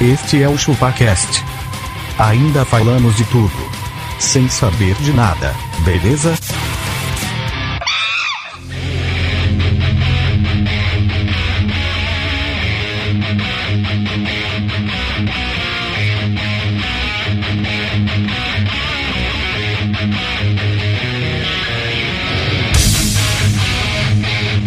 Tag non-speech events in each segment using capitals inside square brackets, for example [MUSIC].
Este é o ChupaCast. Ainda falamos de tudo. Sem saber de nada, beleza?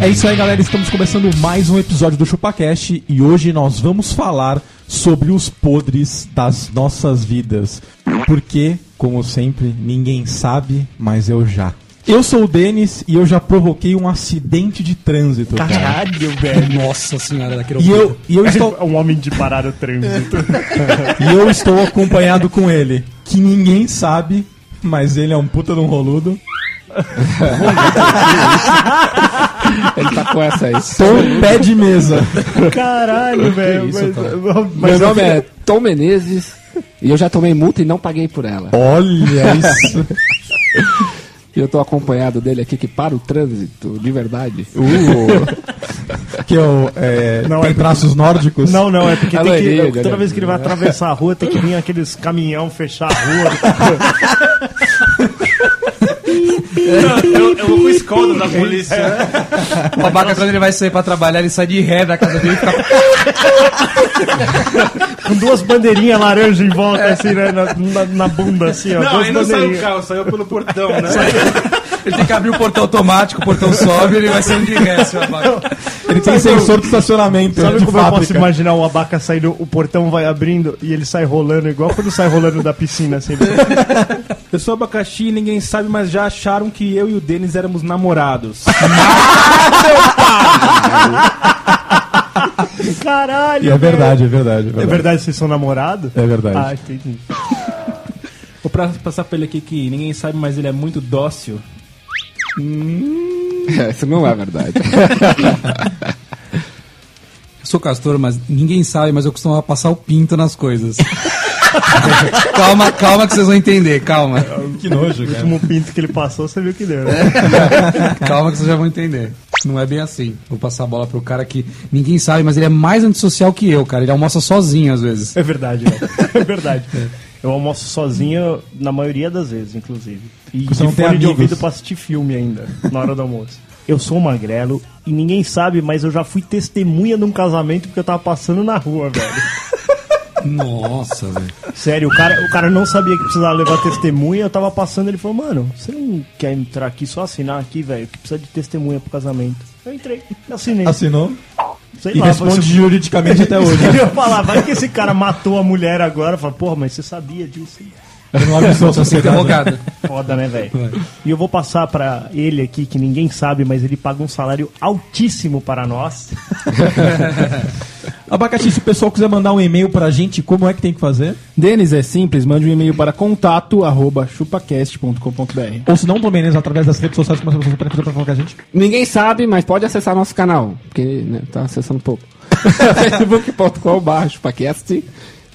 É isso aí, galera. Estamos começando mais um episódio do ChupaCast e hoje nós vamos falar sobre os podres das nossas vidas. Porque, como sempre, ninguém sabe, mas eu já. Eu sou o Denis e eu já provoquei um acidente de trânsito. cara. Caralho, velho. Nossa senhora, daquele E eu, e eu estou. um homem de parar o trânsito. E eu estou acompanhado com ele, que ninguém sabe, mas ele é um puta de um roludo. Ele tá com essa aí. Tom pé de mesa. [LAUGHS] Caralho, velho. Mas, Meu mas nome é Tom Menezes e eu já tomei multa e não paguei por ela. Olha isso. E eu tô acompanhado dele aqui que para o trânsito, de verdade. Que eu, é, Não, tem é- traços nórdicos. Não, não, é porque A tem loirinha, que, toda galera. vez né? que ele É. vai atravessar a rua, tem que vir aqueles caminhão fechar a rua. [LAUGHS] É o escolta da polícia. O babaca, quando ele vai sair pra trabalhar, ele sai de ré da casa dele e fica. Com duas bandeirinhas laranja em volta, assim, né? Na, na- na bunda, assim, ó. Não, duas ele não saiu do bandeirinhas. carro, saiu pelo portão, né? Ele tem que abrir o portão automático, o portão sobe ele vai saindo de ré, seu babaca. Ele tem sensor de estacionamento. é Sabe de como Tipo, eu posso imaginar o abaca saindo, o portão vai abrindo e ele sai rolando, igual quando sai rolando da piscina, [LAUGHS] assim. né? Eu sou abacaxi, ninguém sabe, mas já acharam que eu e o Denis éramos namorados. [LAUGHS] Caralho! E é velho. verdade, é verdade. É É verdade. verdade, vocês são namorados? É verdade. Ah, entendi. Vou pra- passar pra ele aqui que ninguém sabe, mas ele é muito dócil. Isso não [LAUGHS] é verdade. Eu sou castor, mas ninguém sabe, mas eu costumo passar o pinto nas [LAUGHS] coisas. calma, calma que vocês vão entender, calma. Que nojo, O cara. último pinto que ele passou, você viu que deu, né? Calma que vocês já vão entender. Não é bem assim. Vou passar a bola pro cara que ninguém sabe, mas ele é mais antissocial que eu, cara. Ele almoça sozinho às vezes. É verdade, velho. É verdade. Eu almoço sozinho na maioria das vezes, inclusive. E Você de não tem fone de amigos. ouvido pra assistir filme ainda, na hora do almoço. Eu sou um magrelo e ninguém sabe, mas eu já fui testemunha de um casamento porque eu tava passando na rua, velho. Nossa, velho. Sério, o cara, o cara não sabia que precisava levar testemunha, eu tava passando, ele falou, mano, você não quer entrar aqui, só assinar aqui, velho, que precisa de testemunha pro casamento. Eu entrei, assinei. Assinou Sei e lá, responde você- juridicamente até hoje. [LAUGHS] Eu ia falar, vai que esse cara matou a mulher agora, fala, porra, mas você sabia disso? Eu não absorvo a sociedade. Interrogado. Foda, né, velho? E eu vou passar pra ele aqui, que ninguém sabe, mas ele paga um salário altíssimo para nós. Abacaxi, se o pessoal quiser mandar um e-mail pra gente, como é que tem que fazer? Denis é simples, mande um e-mail para contato arroba chupacast.com.br. Ou se não, também né, através das redes sociais, como as pessoas podem fazer pra falar com a gente. Ninguém sabe, mas pode acessar nosso canal, porque né, tá acessando pouco. [LAUGHS] facebook.com.br chupacast,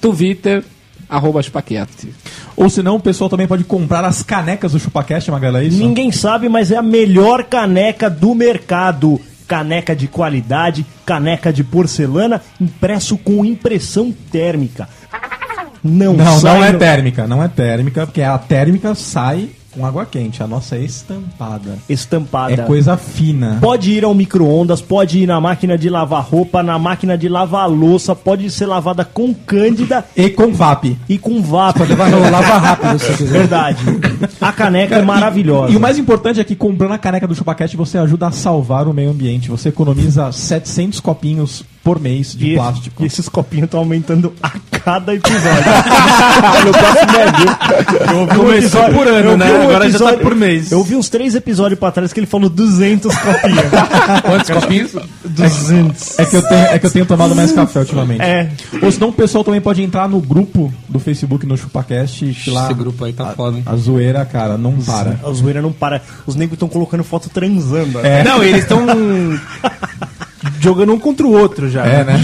twitter, arroba chupacast. Ou se não, o pessoal também pode comprar as canecas do ChupaCast, Magala, é isso? Ninguém sabe, mas é a melhor caneca do mercado. Caneca de qualidade, caneca de porcelana, impresso com impressão térmica. Não, Não, sai não é no- térmica, não é térmica, porque a térmica sai com água quente, a nossa é estampada. estampada. É coisa fina. Pode ir ao micro-ondas, pode ir na máquina de lavar roupa, na máquina de lavar louça, pode ser lavada com cândida E com VAP. e com vapor. Lava rápido, se quiser. [LAUGHS] Verdade. A caneca é maravilhosa. E, o mais importante é que comprando a caneca do Chupacast você ajuda a salvar o meio ambiente. Você economiza 700 copinhos por mês de E- plástico. E esses copinhos estão aumentando a [LAUGHS] cada episódio. é um Começou por ano, né? Agora já tá por mês. Eu vi uns três episódios pra trás que ele falou 200 [LAUGHS] copinhos. Quantos copinhos? 200. É que, eu tenho, é que eu tenho tomado mais café ultimamente. É. Ou senão o pessoal também pode entrar no grupo do Facebook, no Chupacast, e que lá Esse grupo aí tá foda, hein? a zoeira, cara, não para. A zoeira não para. Os negros estão colocando foto transando. né? Não, eles [LAUGHS] estão jogando um contra o outro já. É, né?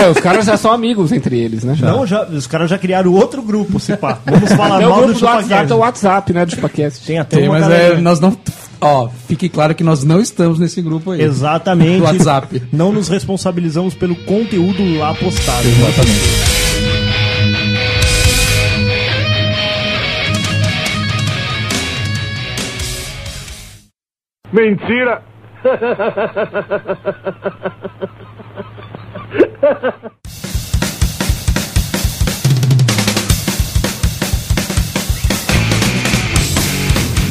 É, os caras já são amigos entre eles, né? Não, já, os caras já criaram outro grupo, se pá. Vamos falar É o mal do grupo do WhatsApp, é o Chupacast. WhatsApp, né, do chupacast. Tem até Tem, uma mas galera- é, nós não. Ó, fique claro que nós não estamos nesse grupo aí. Exatamente. Do WhatsApp. Não nos responsabilizamos pelo conteúdo lá postado. né? Exatamente. Mentira!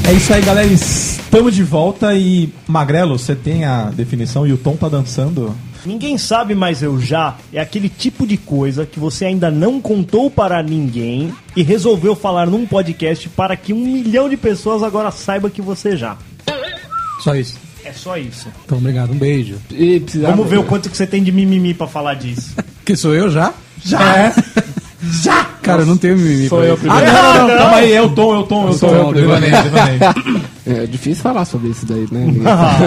É isso aí, galera. Estamos de volta e Magrelo, você tem a definição e o Tom tá dançando? Ninguém sabe, mas eu já. É aquele tipo de coisa que você ainda não contou para ninguém e resolveu falar num podcast para que um milhão de pessoas agora saiba que você já. Só isso. É só isso. Então, obrigado. Um beijo. E precisava... Vamos ver o quanto que você tem de mimimi para falar disso. Que sou eu já? Já! É. já! Cara, eu não tenho mimimi. Sou pra eu isso. primeiro. Ah, não, não, não, calma aí, é o Tom, é o Tom, é o Tom. Tom, devaneio, É difícil falar sobre isso daí, né?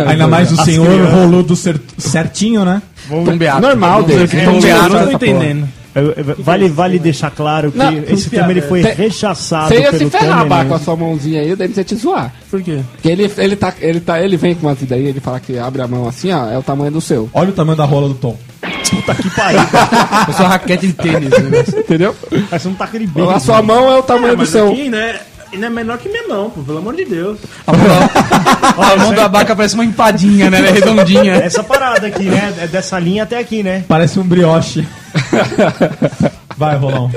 Ainda mais o senhor rolou do cer- certinho, né? Tom Beato. Normal, David. É, Tom eu Beato. Eu não tô entendendo. Eu- eu- É, Vale, vale deixar claro que Não, esse filme ele foi rechaçado Você ia se pelo ferrar, Temer, Bá, né? com a sua mãozinha aí, daí ele ia te zoar. Por quê? Porque ele, ele, tá, ele, tá, ele vem com umas ideias, ele fala que abre a mão assim, ó, é o tamanho do seu. Olha o tamanho da rola do Tom. Puta que pariu. [LAUGHS] Eu sou raquete de tênis. Né? Entendeu? Parece um taco de beijo. A sua mão é o tamanho do Mas seu. aqui, né? Ele é menor que minha mão, pô, pelo amor de Deus. A mão da vaca parece uma empadinha, né? Ela é redondinha. Essa parada aqui, né? É dessa linha até aqui, né? Parece um [LAUGHS] brioche. Vai, Rolão.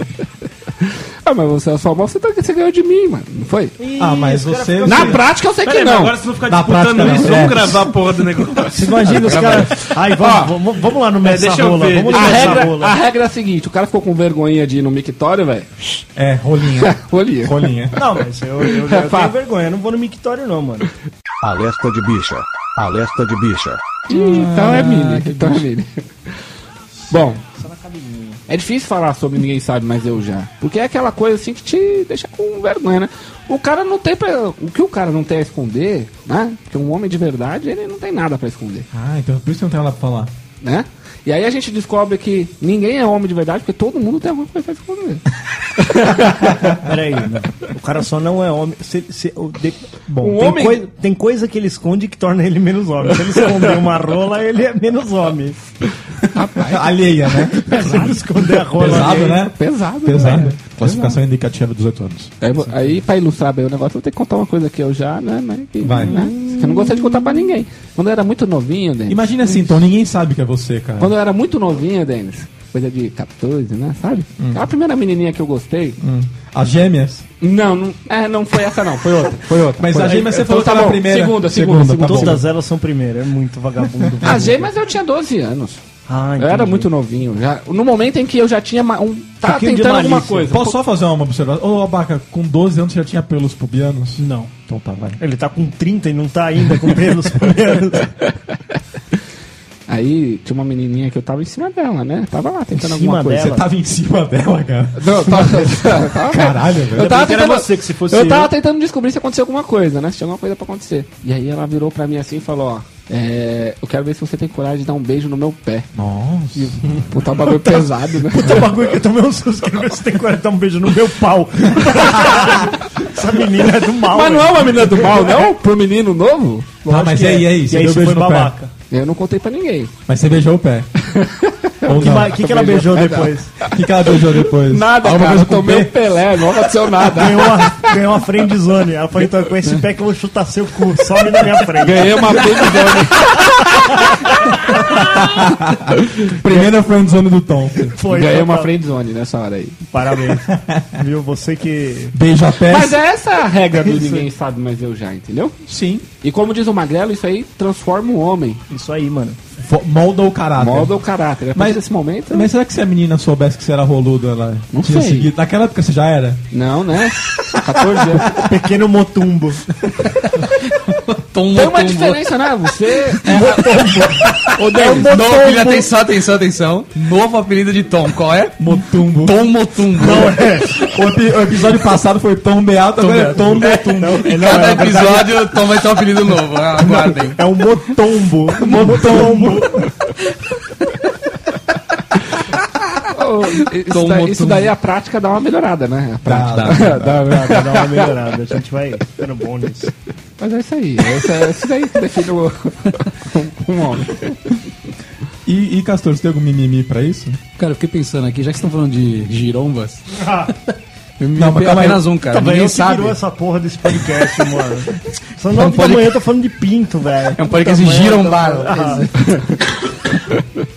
Ah, mas você, a sua mão você, tá, você ganhou de mim, mano. Não foi? Ah, mas você. Na prática eu sei que Peraí, mas não. agora vocês vão ficar Na Tá disputando prática, isso, não. vamos É. gravar a porra do negócio. Você imagina os caras. Ai, vamos, vamos, vamos lá no Messa deixa eu Rola. ver, Vamos no A Messa regra, a [LAUGHS] Rola. regra é a seguinte, o cara ficou com vergonha de ir no mictório, velho. [LAUGHS] É, rolinha. Olha. Rolinha. Não, mas eu, eu, eu tenho vergonha. Eu não vou no mictório, não, mano. Alerta de bicha. Alerta de bicha. Então Ah, é mini, então é mini. Bom, é difícil falar sobre ninguém sabe, mas eu já. Porque é aquela coisa assim que te deixa com vergonha, né? O cara não tem pra, o que o cara não tem a esconder, né? Porque um homem de verdade, ele não tem nada pra esconder, Ah, então por isso que não tem nada pra falar. né? E aí a gente descobre que ninguém é homem de verdade, porque todo mundo tem alguma coisa pra esconder. Peraí, né? o cara só não é homem. Se- se- o de- Bom, Um tem, homem- coi- tem coisa que ele esconde que torna ele menos homem. Se ele esconder uma rola, ele é menos homem. Alheia, né? Se ele esconder a rola. Pesado, dele- né? Pesado, [LAUGHS] Pesado. É. Classificação indicativa dos 18 anos. Aí, vou- aí, pra ilustrar bem o negócio, eu vou ter que contar uma coisa que eu já, né? Mas que, Vai. né? Que eu não gostei de contar pra ninguém. Quando eu era muito novinho, né? Denis. Imagina assim, então ninguém sabe que é você, cara. Quando eu era muito novinho, Denis. Coisa de 14, né? Sabe? Hum. A primeira menininha que eu gostei. Hum. As gêmeas? Não, não, é, não foi essa, não. [LAUGHS] Foi outra. Foi outra. Mas foi a outra. gêmea você Então falou tá que era a bom. primeira. Segunda, segunda, Segunda, segunda. tá bom. Todas elas são primeiro. É muito vagabundo. A gêmeas Ah, eu tinha 12 anos. Ah, Eu era entendi. muito novinho. Já, no momento em que eu já tinha ma- um. Tá pouquinho de tentando alguma malícia. coisa. Posso só fazer uma observação? Ô, Abaca, com 12 anos você já tinha pelos pubianos? Não. Então tá, vai. Ele tá com 30 e não tá ainda com pelos primeiros. Tá Aí tinha uma menininha que eu tava em cima dela, né? Tava lá tentando Em alguma cima coisa. Tá- dela? Você tava em cima [LAUGHS] dela, cara. Não, [LAUGHS] tava, tava, Caralho, velho. Ah, Eu tava, que era tentando, você que se fosse eu tava eu- tentando descobrir se aconteceu alguma coisa, né? Se tinha alguma coisa pra acontecer. E aí ela virou pra mim assim e falou, ó, é, eu quero ver se você tem coragem de dar um beijo no meu pé. Nossa. Puta um bagulho pesado, né? Puta bagulho que eu tomei um susto. Quero ver se tem coragem de dar um beijo no meu pau. Essa menina é do mal. [LAUGHS] Mas não velho. é uma menina do mal, não? Pro menino novo? Ah, mas que e aí, é. e aí? E Você aí deu você beijo foi no pé. babaca. Eu não contei pra ninguém. Mas você beijou o pé. Ou O que, não? ma- que, que ela beijou depois? O que, que ela [LAUGHS] beijou depois? Nada, Alguma cara. Eu coisa com o tomei o pé? Pelé, não aconteceu nada. Ganhou uma, ganhou uma friend zone. Ela falou, então, com esse pé que eu vou chutar seu cu. Sobe na minha frente. [LAUGHS] Ganhei uma baby Primeira friendzone do Tom. zone. Foi, Ganhei então, uma tá. friend zone nessa hora aí. Parabéns. Viu? Você que... Beija pé. Mas é essa a regra do ninguém sabe, mas eu já, entendeu? Sim. E como diz o Magrelo, isso aí transforma o homem. Isso aí, mano. Fo- Molda o caráter. Molda o caráter. É Mas Mas- nesse momento. Mas será que se a menina soubesse que você era roludo, ela Não tinha sei. seguido? Naquela época você já era? Não, [LAUGHS] né? 14 anos. Pequeno motumbo. Tom é Tem uma Tom- diferença, né? Você. Ô, Denis, novo apelido, atenção, atenção, atenção. Novo apelido de Tom, qual é? Motumbo. Tom Motumbo. [LAUGHS] O, epi- o episódio passado foi é. Tom Beato, agora é Tom Motumbo. Cada episódio o Tom vai ter um apelido novo. [LAUGHS] Ah, Aguardem. É um motombo. [LAUGHS] Um Motumbo. Ô, isso, Tom daí, Motum. isso daí a prática dá uma melhorada, né? A prática. [LAUGHS] Dá, dá, dá uma melhorada. A gente vai ficando bom nisso. Mas é isso aí. É isso, é isso daí que define o, [LAUGHS] um- um homem. E, e, Castor, você tem algum mimimi pra isso? Ah. Cara, eu fiquei pensando aqui, já que vocês estão falando de girombas, [LAUGHS] Eu me Não, mas calma aí. apenas um, cara. Tá, velho, Ninguém eu que sabe. virou essa porra desse podcast, mano. São É um nove da podcast- manhã, eu tô falando de pinto, velho. É um podcast de Puta merda, [LAUGHS] Ah, girombar. mano.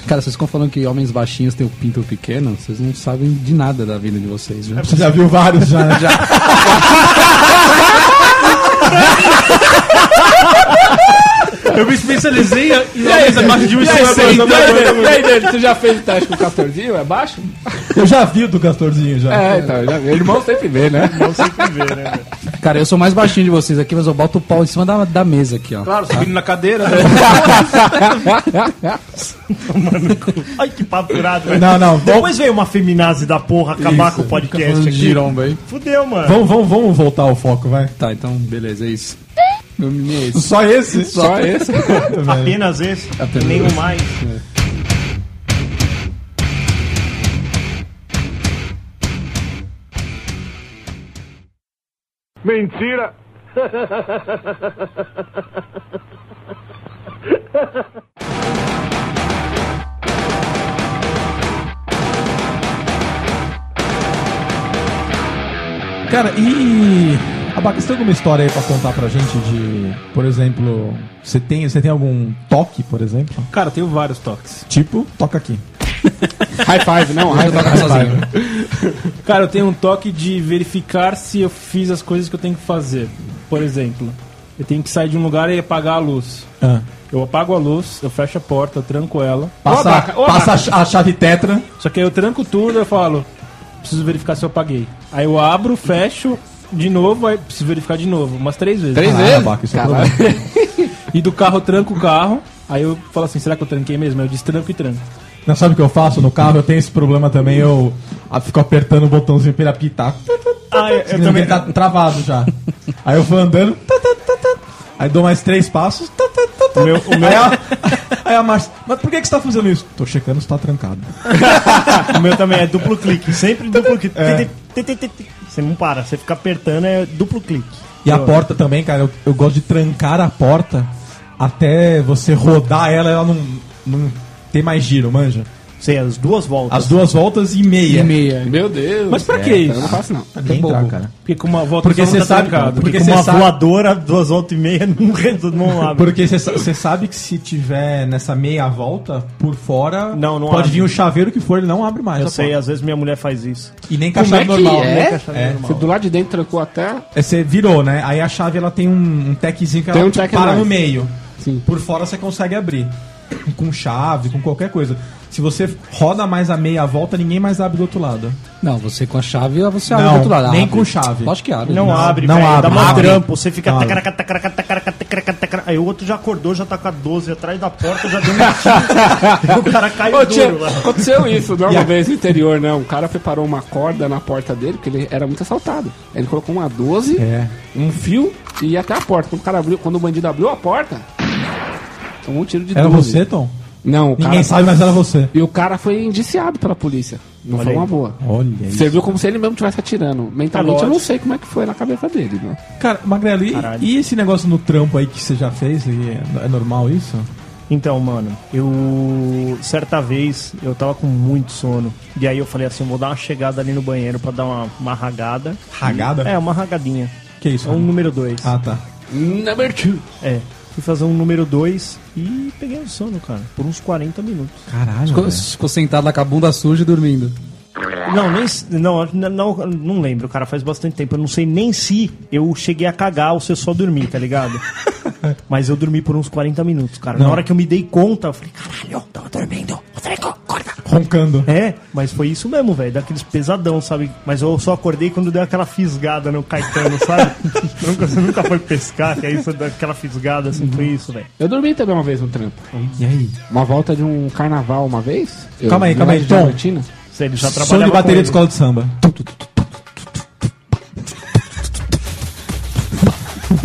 [LAUGHS] Cara, vocês ficam falando que homens baixinhos têm o pinto pequeno, vocês não sabem de nada da vida de vocês, viu? Você já viu vários já, né? Eu me especializei em homens abaixo de E aí, você, então, 1,50. e aí, Dani, tu já fez o teste com o Castorzinho? É baixo? Eu já vi do Castorzinho já. É, então, já vi. Irmão sempre vê, né? Cara, eu sou mais baixinho de vocês aqui, mas eu boto o pau em cima da, da mesa aqui, ó. Claro, subindo na cadeira. Ai, que papo furado, velho. Não, não, Depois veio uma feminazi da porra acabar com o podcast Falando de aqui. giromba aí. Fudeu, mano. Vamos, vamos, vamos voltar ao foco, vai. Tá, então, beleza, é isso. Meu menino é esse. Só esse? Só esse. Apenas esse, Apenas nenhum esse. mais. Cara, e. Abaca, você tem alguma história aí pra contar pra gente de. Por exemplo, você tem, você tem algum toque, por exemplo? Cara, tenho vários toques. Tipo, toca aqui. High five, não. High five. Cara, eu tenho um toque de verificar se eu fiz as coisas que eu tenho que fazer. Por exemplo, eu tenho que sair de um lugar e apagar a luz. Ah, Eu apago a luz, eu fecho a porta, eu tranco ela. passa Ô, Abaca, ô, passa Abaca. a ch- a chave tetra. Só que aí eu tranco tudo, eu falo, preciso verificar se eu apaguei. Aí eu abro, fecho, de novo, aí preciso verificar de novo, umas três vezes. Três Ah, vezes? Abaca, isso é Caralho. problema. E do carro eu tranco o carro, aí eu falo assim, será que eu tranquei mesmo? Aí Eu destranco e tranco. Não sabe o que eu faço no carro? Eu tenho esse problema também, eu ah, fico apertando o botãozinho pra ele apitar. Ah, eu, eu Ele também. tá travado já. Aí eu vou andando. tá, tá, tá, tá. Aí dou mais três passos. tá, tá, tá, tá. O meu- o meu- Aí é a, aí a Márcia. Mas por que, que você tá fazendo isso? Tô checando se tá trancado. O meu também é duplo clique, sempre duplo clique. Tê, tê, tê, tê, tê. Você não para, você fica apertando, é duplo clique. E a porta também, cara, eu, eu gosto de trancar a porta até você rodar ela, ela não, não ter mais giro, manja. Sei, as duas voltas. As duas voltas e meia. meia. Meu Deus. É, então Mas pra que Eu não isso? faço, não. Nem entrar, cara. Porque com uma volta Porque só não você sabe, trancado. cara, porque com você uma sabe- voadora, duas voltas e meia, [LAUGHS] não, resu- não abre. Porque você sabe que se tiver nessa meia volta, por fora, Não, não pode abre. vir o chaveiro que for, ele não abre mais. Eu a sei, porta. às vezes minha mulher faz isso. E nem Como é cachorro que normal. é? né? É, Você do lado de dentro trancou até... É, Você virou, né? Aí a chave ela tem um, um tequezinho que Tem ela um check para and no ride. meio. Sim. Por fora você consegue abrir. Com chave, com qualquer coisa. Se você roda mais a meia volta, ninguém mais abre do outro lado. Não, você com a chave, você Não, abre do outro lado. nem abre. com chave. Lógico que abre. né? Não, abre, não velho, abre, dá uma não abre. trampo, você fica Não tacaraca, tacaraca, tacaraca, tacaraca, tacaraca. Aí o outro já acordou, já tá com a 12 atrás da porta, já deu um tiro. o cara caiu é Ô, tia, duro, velho. aconteceu [LAUGHS] isso né, uma vez no interior, né? Um cara preparou uma corda na porta dele, porque ele era muito assaltado. Ele colocou uma 12, É. um fio e ia até a porta. Quando o, cara abriu, quando o bandido abriu a porta, tomou um tiro de Era 12. você, Tom? Não, o cara. Ninguém sabe, mas era você. E o cara foi indiciado pela polícia. Não Olha foi aí. uma boa. Olha É isso. Serviu como se ele mesmo estivesse atirando. Mentalmente, eu não sei como é que foi na cabeça dele, né? Cara, Magrelo, e, Caralho. e esse negócio no trampo aí que você já fez? E é, é normal isso? Então, mano, eu. Certa vez eu tava com muito sono. E aí eu falei assim: vou dar uma chegada ali no banheiro pra dar uma, uma ragada. Ragada? É, uma ragadinha. Que isso? É um número 2. Ah, tá. Number two. É. Fui fazer um número 2 e peguei o sono, cara, por uns 40 minutos. Caralho. Ficou, velho. ficou sentado lá com a bunda suja e dormindo. Não, nem se- não, não, não lembro, cara, faz bastante tempo. Eu não sei nem se eu cheguei a cagar ou se eu só dormi, [LAUGHS] tá ligado? Mas eu dormi por uns 40 minutos, cara. Na hora que eu me dei conta, eu falei, caralho, tava dormindo. Rodrigo, acorda. Roncando. É, mas foi isso mesmo, velho. Daqueles pesadão, sabe? Mas eu só acordei quando deu aquela fisgada no Caetano, [LAUGHS] sabe? nunca, você nunca foi pescar, que aí você dá aquela fisgada, assim, foi isso, velho. Eu dormi também uma vez no trampo. E aí? Uma volta de um carnaval uma vez. Eu Calma aí, vim calma lá aí, de Tom. Diamantina. Você ele já Som trabalhava de com bateria ele. de escola de samba.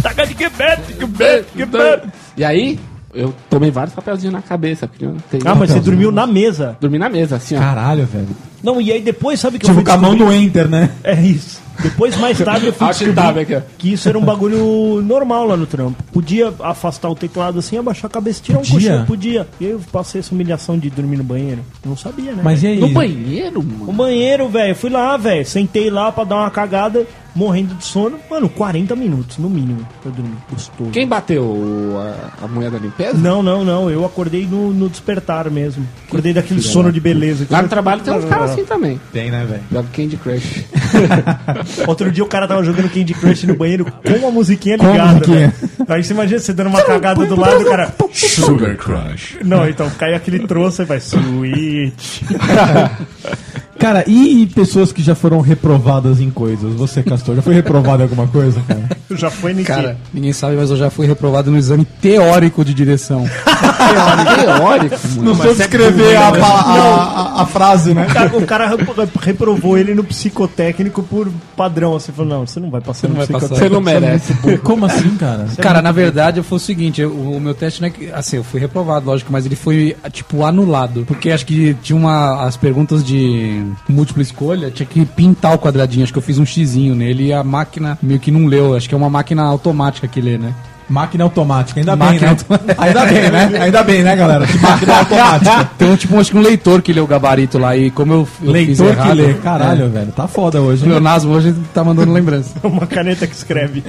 Taca de quebete, quebete, Então- quebete. Então, E aí, eu tomei vários papelzinhos na cabeça. Porque eu tenho... Ah, mas você dormiu na mesa. Dormi na mesa, assim, ó. Caralho, velho. Não, e aí depois, sabe que Tipo fui com a mão descobrir- no Enter, né? É isso. Depois, mais [LAUGHS] tarde, eu fui Acho que tava aqui, Tá, ó. descobrir que isso era um bagulho normal lá no trampo. Podia afastar o teclado assim, abaixar a cabeça, tirar um Podia? cochilo, podia. E eu passei essa humilhação de dormir no banheiro. Não sabia, né? Mas e aí? No banheiro, mano. O banheiro, velho, fui lá, velho, sentei lá pra dar uma cagada, morrendo de sono. Mano, 40 minutos, no mínimo, pra dormir. Gostoso. Quem bateu a, a mulher da limpeza? Não, não, não. Eu acordei no, no despertar mesmo. Acordei daquele sono de beleza. Lá no trabalho tem uns caras assim também. Tem, né, velho? Joga Candy Crush. [LAUGHS] Outro dia o cara tava jogando Candy Crush no banheiro com a musiquinha ligada. musiquinha. velho. Aí você imagina você dando uma cagada do lado e o cara. Sugar Crush. Não, então cai aquele troço e vai. Switch. Cara, e pessoas que já foram reprovadas em coisas? Você, Castor, já foi reprovado em alguma coisa, cara? Já foi nesse. Cara, ninguém sabe, mas eu já fui reprovado no exame teórico de direção. É Teórico, mano. soube escrever [LAUGHS] a, frase, né? O cara- O cara repro- reprovou ele no psicotécnico por padrão. Assim, falou: Não, você não vai passar no vai passar. psicotécnico. Você não merece. Como assim, cara? Cara, na verdade, foi o seguinte, eu- o meu teste, né, que- assim, eu fui reprovado, lógico, mas ele foi, tipo, anulado. Porque acho que tinha uma, as perguntas de múltipla escolha, tinha que pintar o quadradinho, acho que eu fiz um xizinho nele e a máquina meio que não leu, acho que é uma máquina automática que lê, né? Máquina automática, ainda Máquina bem, né? Ainda bem, né? Ainda bem, né, galera? Que máquina [LAUGHS] automática. Então, tipo, acho que um leitor que lê o gabarito lá e como eu, eu fiz Leitor que errado- lê. Caralho, velho, tá foda hoje. O hein? Leonasmo hoje tá mandando lembrança. É Uma caneta que escreve.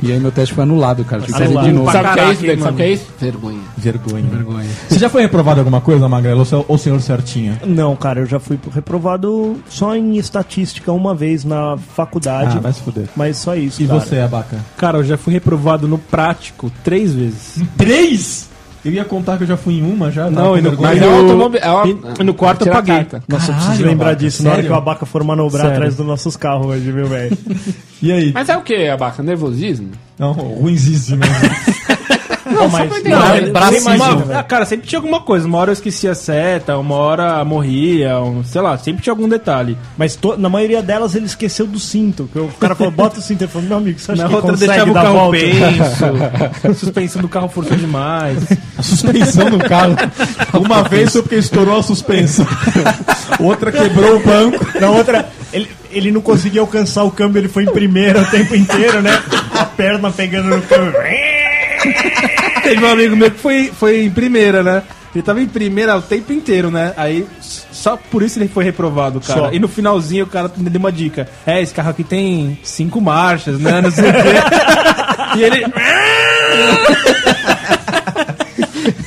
E aí meu teste foi anulado, cara. Tive que fazer de Anulado. novo. Sabe o que é isso, Diego? Sabe o que é isso? Vergonha. Vergonha. Vergonha. Você já foi reprovado em alguma coisa, Magrelo? Ou seu- Ou o senhor certinho? [LAUGHS] Não, cara, eu já fui reprovado só em estatística uma vez na faculdade. Ah, vai se fuder. Mas só isso. E cara. você, Abaca? Cara, eu já fui reprovado É no prático três vezes. Três? Eu ia contar que eu já fui em uma já. Não, e no, mas... e é no- automobi- é uma- e no quarto eu Tira a paguei. carta. Nossa, eu preciso Caralho, lembrar Abaca, disso na hora sério? que o Abaca for manobrar Sério. atrás dos nossos carros hoje, viu, velho? E aí? Mas é o que, Abaca? Nervosismo? Não, ruinzíssimo. Não, mas. Não, Cara, braço sempre- em cima, uma- ah, cara, sempre tinha alguma coisa. Uma hora eu esquecia a seta, uma hora morria, um- sei lá, sempre tinha algum detalhe. Mas to- na maioria delas ele esqueceu do cinto. que O cara falou, bota o cinto. Ele falou, meu amigo, você acha Na que outra consegue deixava o dar carro volta? [LAUGHS] penso, a [LAUGHS] suspensão do carro forçou demais. A suspensão do carro. Uma vez foi porque estourou a suspensão. Outra quebrou o banco. Na outra, ele, ele não conseguia alcançar o câmbio, ele foi em primeira o tempo inteiro, né? A perna pegando no câmbio. Teve um amigo meu que foi, foi em primeira, né? Ele tava em primeira o tempo inteiro, né? Aí s- só por isso ele foi reprovado, cara. Só. E no finalzinho o cara me deu uma dica. É, esse carro aqui tem cinco marchas, né? Não sei o quê. [LAUGHS] E ele.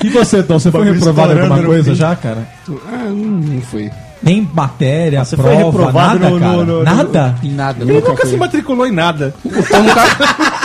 E você, Tom? Você foi Bagulho reprovado em alguma estourando no coisa fim. já, cara? Ah, não, não foi. Nem matéria, Você foi prova, reprovado nada, no- cara? no- no- nada? Em nada, Ele nunca nunca fui. se matriculou em nada. O Tom Então nunca-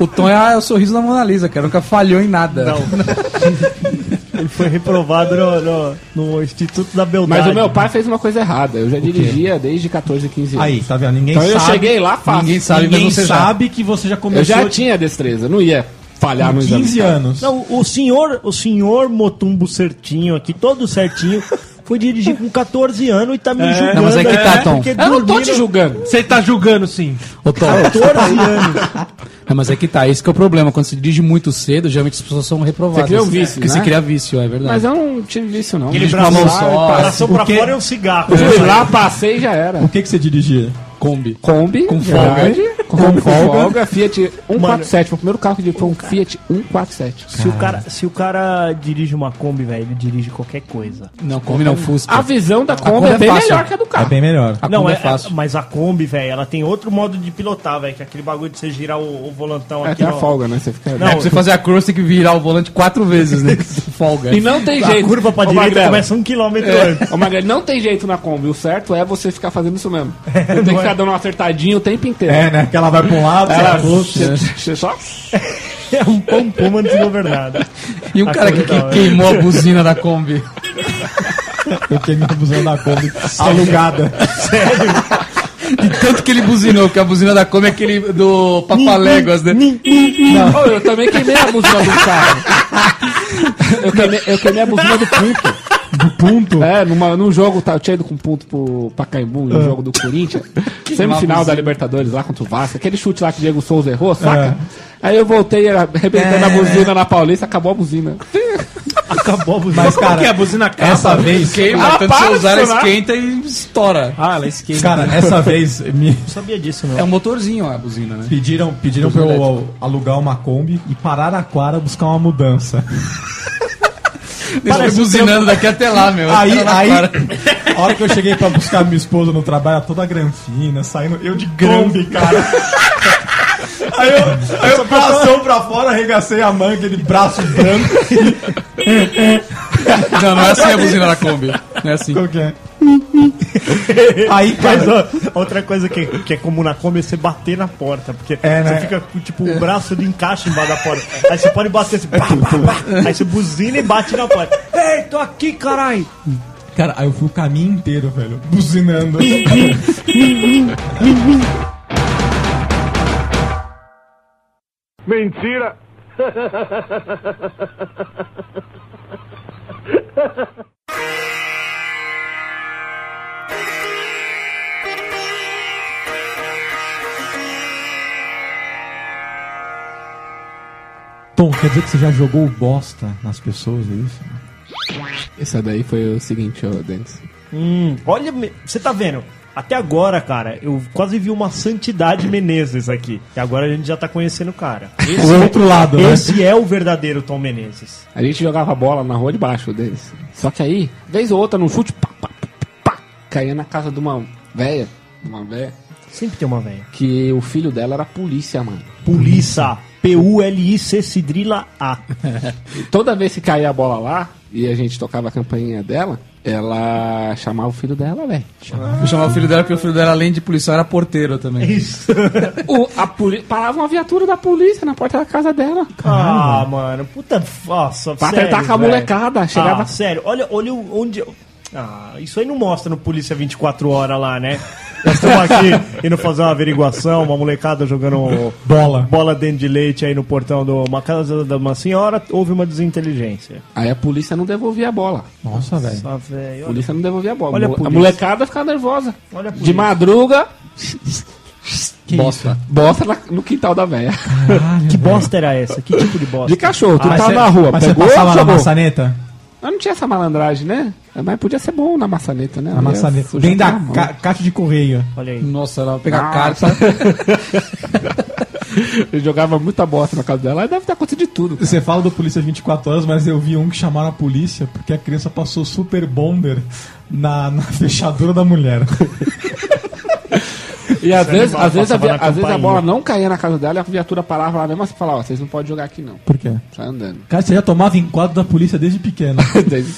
O Tom é o sorriso da Mona Lisa, cara. Nunca falhou em nada. Não. Ele foi reprovado no, no- no Instituto da Beldade. Mas o meu pai fez uma coisa errada. Eu já dirigia desde 14, 15 anos. Aí, tá vendo? Ninguém então eu sabe. cheguei lá fácil. Ninguém sabe, Ninguém mas você já- sabe que você já Eu começou já tinha destreza, não ia falhar no com exame. 15 anos. Não, tá. o senhor, o senhor Motumbo certinho aqui, todo certinho, foi dirigir com 14 anos e tá me julgando. Não, mas é que tá, Tom. porque Eu não tô dormiram te julgando. Você tá julgando, sim. Ô, Tom. 14 anos. É, mas é que tá, esse que é o problema. Quando se dirige muito cedo, geralmente as pessoas são reprovadas. Você cria um vício, Porque né? você cria vício, é verdade. Mas eu não tive isso, não. Ele Dirigi braçou, com a mão só. braçou pra Porque- fora é um cigarro. Eu Fui lá, passei e já era. O que, que você dirigia? Kombi. Kombi, com folga. Com, Com folga. folga. Fiat 147. Foi o primeiro carro que eu tive foi um Fiat 147. Se o, cara, se o cara dirige uma Kombi, velho, ele dirige qualquer coisa. Não, Kombi não, Fusca. A visão da Kombi Kombi é é bem fácil. melhor que a do É carro. bem melhor. A Não, Kombi é, é fácil. mas a Kombi, velho, ela tem outro modo de pilotar, velho, que é aquele bagulho de você girar o, o volantão É, aqui. tem a ó. folga, né? Você fica... Não, É, Pra você fazer a cruz, tem que virar o volante quatro vezes, né? Folga. E não tem a jeito. curva pra Ô, direita Magrelo. começa um quilômetro É. antes. [LAUGHS] Ô, Magrelo, não tem jeito na Kombi. O certo é você ficar fazendo [LAUGHS] isso mesmo. É, Você tem que ficar dando uma acertadinha o tempo inteiro. É, né? Que ela vai pra um lado, Ela- ela... você- você só... É um pão puma desgovernado. E o cara que, Kombi da hora. que queimou a buzina da Kombi. eu fiquei me abusando da [LAUGHS] Kombi alugada. De tanto que ele buzinou, que a buzina da Kombi é aquele do Papaléguas, né? Ô, eu também queimei a buzina do carro. Eu queimei, eu queimei a buzina do punto. Ponto. É, numa, num jogo, tá, eu tinha ido com ponto pro Pacaembu, no jogo do Corinthians. Semifinal da Libertadores lá contra o Vasco. Aquele chute lá que o Diego Souza É. errou, saca? Aí eu voltei arrebentando a buzina na Paulista, acabou a buzina. Acabou a buzina. Mas, cara, que é a buzina capa? essa vez. Queima, tanto para você de usar, ela funcionar. esquenta e estoura. Ah, ela esquenta. Cara, essa vez me não sabia disso, não. É um motorzinho ó, a buzina, né? pediram, pediram pra eu alugar uma Kombi e parar a Quara buscar uma mudança. Eles foi buzinando daqui até lá, meu. Aí, Era na aí, cara. a hora que eu cheguei pra buscar minha esposa no trabalho, ela toda granfina, saindo eu de Kombi, cara. Aí eu, aí eu bração pra fora, arregacei a manga, aquele braço branco. Não, não é assim a buzina da Kombi. Não é assim. Como que é? Aí, Mas cara, ó, outra coisa que, que é comum na Kombi é você bater na porta, porque É, né? você fica com tipo o braço de encaixe embaixo da porta. Aí você pode bater assim, pá, pá, pá. aí você buzina e bate na porta. Ei, tô aqui, caralho! cara, aí eu fui o caminho inteiro, velho, buzinando. Tom, quer dizer que você já jogou bosta nas pessoas, é isso? Essa daí foi o seguinte, ô Denis. Hum, olha, me- você tá vendo? Até agora, cara, eu quase vi uma santidade Menezes aqui. E agora a gente já tá conhecendo o cara. o outro lado, né? Esse é o verdadeiro Tom Menezes. A gente jogava bola na rua de baixo, Denis. Só que aí, vez ou outra, num chute, pá, pá, pá, pá, caía na casa de uma véia, de uma véia, Sempre tem uma velha. que o filho dela era polícia, mano. Polícia. P-U-L-I-C Cidrila [LAUGHS] A. E toda vez que caía a bola lá, e a gente tocava a campainha dela, ela chamava o filho dela, velho. Eu chamava o filho dela porque o filho dela, além de policial, era porteiro também. É Isso. O- a poli- Parava uma viatura da polícia na porta da casa dela. Ah, mano, puta. f- Nossa, Pra tentar com a velho. molecada. Chegava. Ah, sério, olha, olha o- onde. Ah, isso aí não mostra no Polícia 24 Horas lá, né? Nós estamos [LAUGHS] aqui indo fazer uma averiguação, uma molecada jogando Bola. bola dentro de leite aí no portão de uma casa de uma senhora, houve uma desinteligência. Aí a polícia não devolvia a bola. Nossa, velho. Ah, velho, A olha, polícia não devolvia a bola. Olha a Mo- a, polícia. molecada ficava nervosa. olha a De polícia. madruga, Bosta. bosta na- no quintal da véia. Que bosta era essa? Que tipo de bosta? De cachorro, tu Mas tava cê- na rua, mas você pegou, passava na jogou. maçaneta? Eu não tinha essa malandragem, né? Mas podia ser bom na maçaneta, né? Na maçaneta. Dentro da ca- caixa de correio. Olha aí. Nossa, ela pegar Nossa. carta. Ah. [LAUGHS] Eu jogava muita bosta na casa dela. Aí deve ter acontecido de tudo. Você fala do Polícia 24 Horas, mas eu vi um que chamaram a polícia porque a criança passou super bonder na, [LAUGHS] na fechadura da mulher. E às vezes, animal às, vezes a, passava via- na às vezes a campainha. bola não caía na casa dela e a viatura parava lá mesmo assim e falava, ó, vocês não podem jogar aqui não. Por quê? Sai [LAUGHS] andando. Cara, você já tomava enquadro da polícia desde pequeno.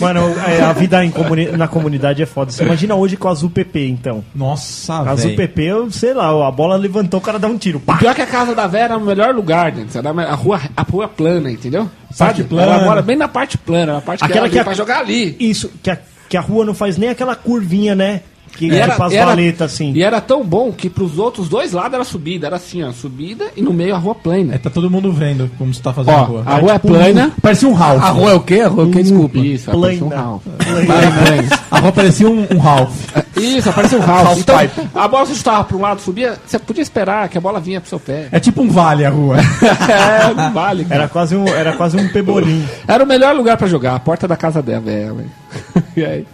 Mano, é, a vida em comuni- na comunidade é foda. Você imagina hoje com as UPP, então. Nossa, As Ah, velho. UPP, eu sei lá, a bola levantou, o cara dá um tiro. Pá! Pior é que a casa da Vera era o melhor lugar, né? Era a rua, a rua é plana, entendeu? Parte plana. Ela mora bem na parte plana, a parte que Aquela era que ali a- pra jogar ali. Isso, que a, que a rua não faz nem aquela curvinha, né? Que E que faz valeta assim. e era tão bom que pros outros dois lados era subida. Era assim, ó, subida e no meio a rua plana. É, tá todo mundo vendo como você tá fazendo Ó, a rua. a rua é plana. Parecia um Ralph. A rua é o quê? A rua é o quê? Desculpa. Uh, Isso, apareceu um Ralph. Plana. A rua parecia um, um Ralph. Isso, apareceu um Ralph. Então, a bola você chutava pra um lado, subia, você podia esperar que a bola vinha pro seu pé. É tipo um vale a rua. É, [LAUGHS] não vale. cara. Era quase um, era quase um pebolim. Era o melhor lugar pra jogar, a porta da casa dela, é, ué. [LAUGHS] E aí,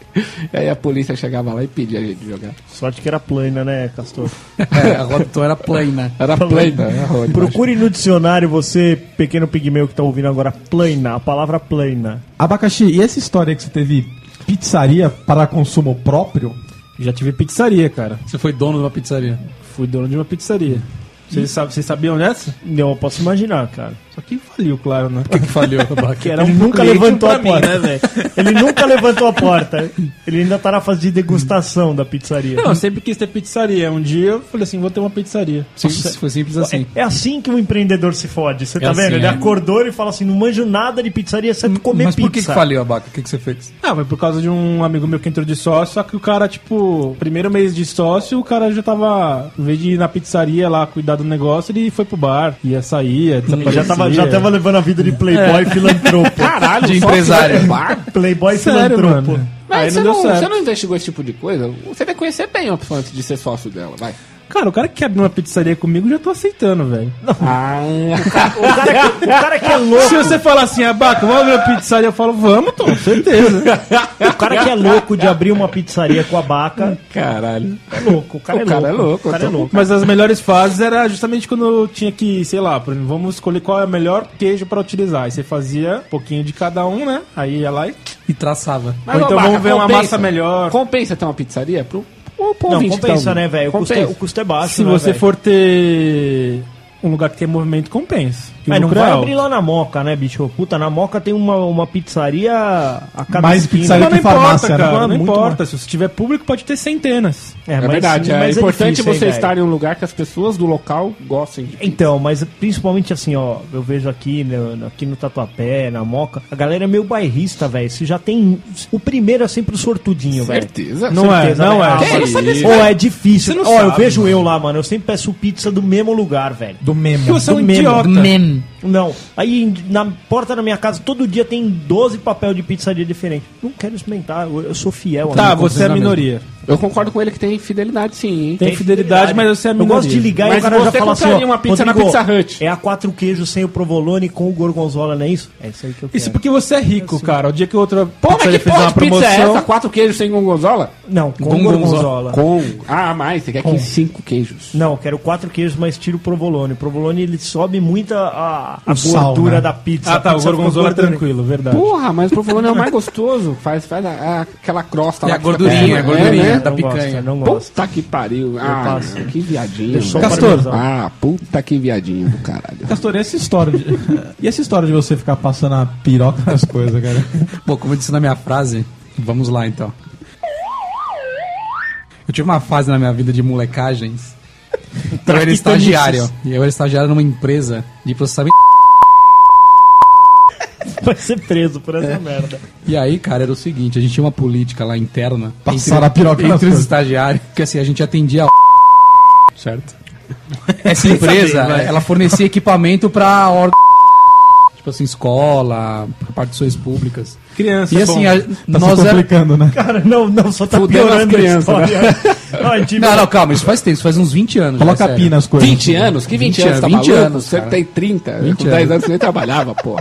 e aí a polícia chegava lá e pedia a gente de jogar. Sorte que era plana, né, Castor? É, a rua então era plana. Era plena, né, Rony? Procure no dicionário, você, pequeno pigmeu que tá ouvindo agora, plana, a palavra plana. Abacaxi, e essa história que você teve pizzaria para consumo próprio? Já tive pizzaria, cara. Você foi dono de uma pizzaria. Fui dono de uma pizzaria. Vocês, sabe, vocês sabiam dessa? Não, eu posso imaginar, cara. Só que faliu, claro, né? Que falhou, Abaca. Que era Ele nunca levantou a pra mim, porta. né, velho? Ele nunca levantou a porta. Ele ainda tá na fase de degustação da pizzaria. Não, eu sempre quis ter pizzaria. Um dia eu falei assim, vou ter uma pizzaria. Simples, foi simples assim. É assim que o empreendedor se fode, você tá assim, vendo? Ele é. acordou e fala assim: não manjo nada de pizzaria, exceto comer Mas pizza. por que, que falhou, Abaca? O que, que você fez? Ah, foi por causa de um amigo meu que entrou de sócio, só que o cara, tipo, primeiro mês de sócio, o cara já tava, em vez de ir na pizzaria lá cuidar do negócio, ele foi pro bar, ia sair, Já desaparecia. tava, já tava levando a vida de playboy filantropo. Caralho, De só empresário. fizeram bar? Playboy É Sério, filantropo. mano. Mas Aí você, não deu não, certo. [LAUGHS] você não investigou esse tipo de coisa? Você vai conhecer bem a pessoa antes de ser sócio dela, vai. Cara, o cara que quer abrir uma pizzaria comigo, eu já tô aceitando, velho. Ah, O cara, que- o cara que é Se louco, você falar assim, Abaca, vamos abrir uma pizzaria, eu falo, vamos, Tom, certeza. [LAUGHS] o cara que é louco de abrir uma pizzaria com a baca, Caralho. é louco. O cara, O cara é louco, O cara é então. louco. Mas as melhores fases era justamente quando eu tinha que, sei lá, por exemplo, vamos escolher qual é o melhor queijo pra utilizar. Aí você fazia um pouquinho de cada um, né? Aí ia lá e. E traçava. Mas, Ou ô, então Barca, vamos ver uma compensa. massa melhor. Compensa ter uma pizzaria pro, pro, pro Não, ouvinte que tá compensa, ouvindo. né, velho? O custo, é- Compensa. o custo é baixo, Se né, você velho? for ter um lugar que tem movimento, compensa. Que o Mas não lucro é vai alto. abrir lá na Moca, né, bicho? Puta, na Moca tem uma, uma pizzaria a cada Mais esquina. pizzaria Mas não que farmácia, importa, né? cara. Não Muito importa. Se você tiver público, pode ter centenas. É, É mas- verdade, é mas importante difícil, hein, você velho? estar em um lugar que as pessoas do local gostem. de- Então, mas principalmente assim, ó, eu vejo aqui no, aqui no Tatuapé, na Moca, a galera é meio bairrista, velho. Se já tem. O primeiro é sempre o sortudinho, velho. Certeza. Não Certeza, é, não né? é. Ah, Que mano, isso, sabe Ou é difícil. Você não Ó, eu sabe, vejo eu lá, mano. Eu sempre peço pizza do mesmo lugar, velho. Do meme. Porque você é um Do meme, idiota. Mem. Não. Aí na porta da minha casa, todo dia tem 12 papel de pizzaria diferente. Não quero experimentar, eu, eu sou fiel. a Tá, mim. você é a mesmo. minoria. Eu concordo com ele que tem fidelidade, sim, hein? Tem, fidelidade, mas você é a Eu minoria. gosto de ligar e Mas o cara já você fala assim, compraria ó, uma pizza na Pizza Hut. É a quatro queijos sem o provolone com o gorgonzola, não é isso? É isso aí que eu quero. Isso porque você é rico, cara. O dia que outra Pô, mas pizzaria que fizer porra uma de pizza é essa? promoção... Quatro queijos sem gorgonzola? Não, com, Com gorgonzola. Com. Ah, a mais. Você quer que cinco queijos. Não, eu quero quatro queijos, mas tiro o provolone. O provolone, ele sobe muito a, a O sal, gordura né? da pizza. Ah, tá. A O pizza fica gorgonzola é gordura. tranquilo, verdade. Porra, mas o provolone é o mais gostoso. Faz, faz a- a- aquela crosta E lá. É a que fica gordurinha, por cima, a gordurinha. né? Da Não gosto, picanha. não gosto. Puta que pariu. Ah, que viadinho. Deixou velho. o parmesão. Ah, puta que viadinho do caralho. Castor, e essa história de... [LAUGHS] e essa história de você ficar passando a piroca nas coisas, cara? Pô, como eu disse na minha frase, vamos lá então. Eu tive uma fase na minha vida [LAUGHS] de molecagens. Então eu era estagiário. E eu era estagiário numa empresa de processamento. [LAUGHS] Vai ser preso por É. essa merda. E aí, cara, era o seguinte, a gente tinha uma política lá interna. Passar a piroca nas entre os coisas. estagiários. Que assim, a gente atendia a... [LAUGHS] Certo? [LAUGHS] Essa empresa, né? ela fornecia equipamento pra órgão... Tipo assim, escola, repartições públicas. Criança, E é assim, bom. a- Tá nós se era... complicando, né? Cara, não, não, só tá Fudendo as piorando a crianças, né? história. [LAUGHS] Ai, tive- Não, não, calma, isso faz tempo, isso faz uns 20 anos. Coloca já, a sério. pi nas coisas. 20 anos? Que 20, 20 anos? Tá 20 maluco? anos, Você cara. tem 30. 20 com 10 anos, você nem trabalhava, pô.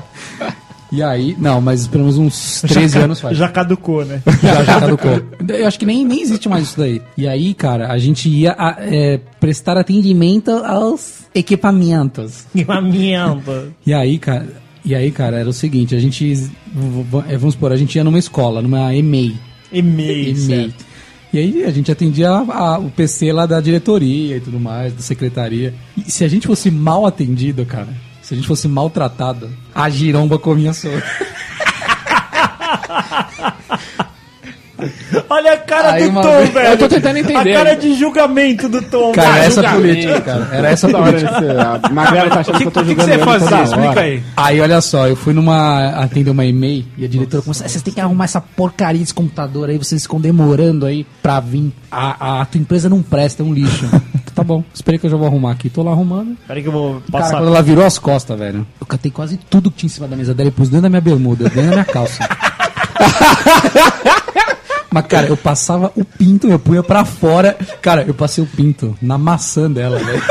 E aí, não, mas pelo menos uns 13 tá- [LAUGHS] anos faz. Já caducou, [LAUGHS] né? já, já caducou. Eu acho que nem, nem existe mais isso daí. E aí, cara, a gente ia a- é, prestar atendimento aos equipamentos. E uma merda. E aí, cara, e aí, cara, era o seguinte, a gente, v- v- é, vamos supor, a gente ia numa escola, numa EMEI. E-mail, EMEI. certo. E aí a gente atendia a- a- o PC lá da diretoria e tudo mais, da secretaria. E se a gente fosse mal atendido, cara, se a gente fosse maltratado, a giromba comia solta. Olha a cara [LAUGHS] Aí do uma Tom, vez- velho. Eu tô tentando entender. A cara é um de julgamento do Tom. Cara, velho. essa julgamento. política, cara. Era essa Toda hora política. esse- a Magrela tá achando que, eu tô O que, que jogando você ele fazia? toda Explica hora. aí. Aí, olha só, eu fui numa. atender uma e-mail e a diretora começou. "Ah, Vocês têm que arrumar essa porcaria desse computador aí, vocês ficam demorando aí pra vir. A, a, tua empresa não presta, é um [LAUGHS] lixo. tá bom, esperei que eu já vou arrumar aqui. Tô lá arrumando. Peraí que eu vou Cara, passar. quando ela virou as costas, velho, eu catei quase tudo que tinha em cima da mesa dela e pus dentro da minha bermuda, dentro da minha [LAUGHS] calça. Mas, cara, eu passava o pinto, eu punha pra fora. Cara, eu passei o pinto na maçã dela, [LAUGHS] velho.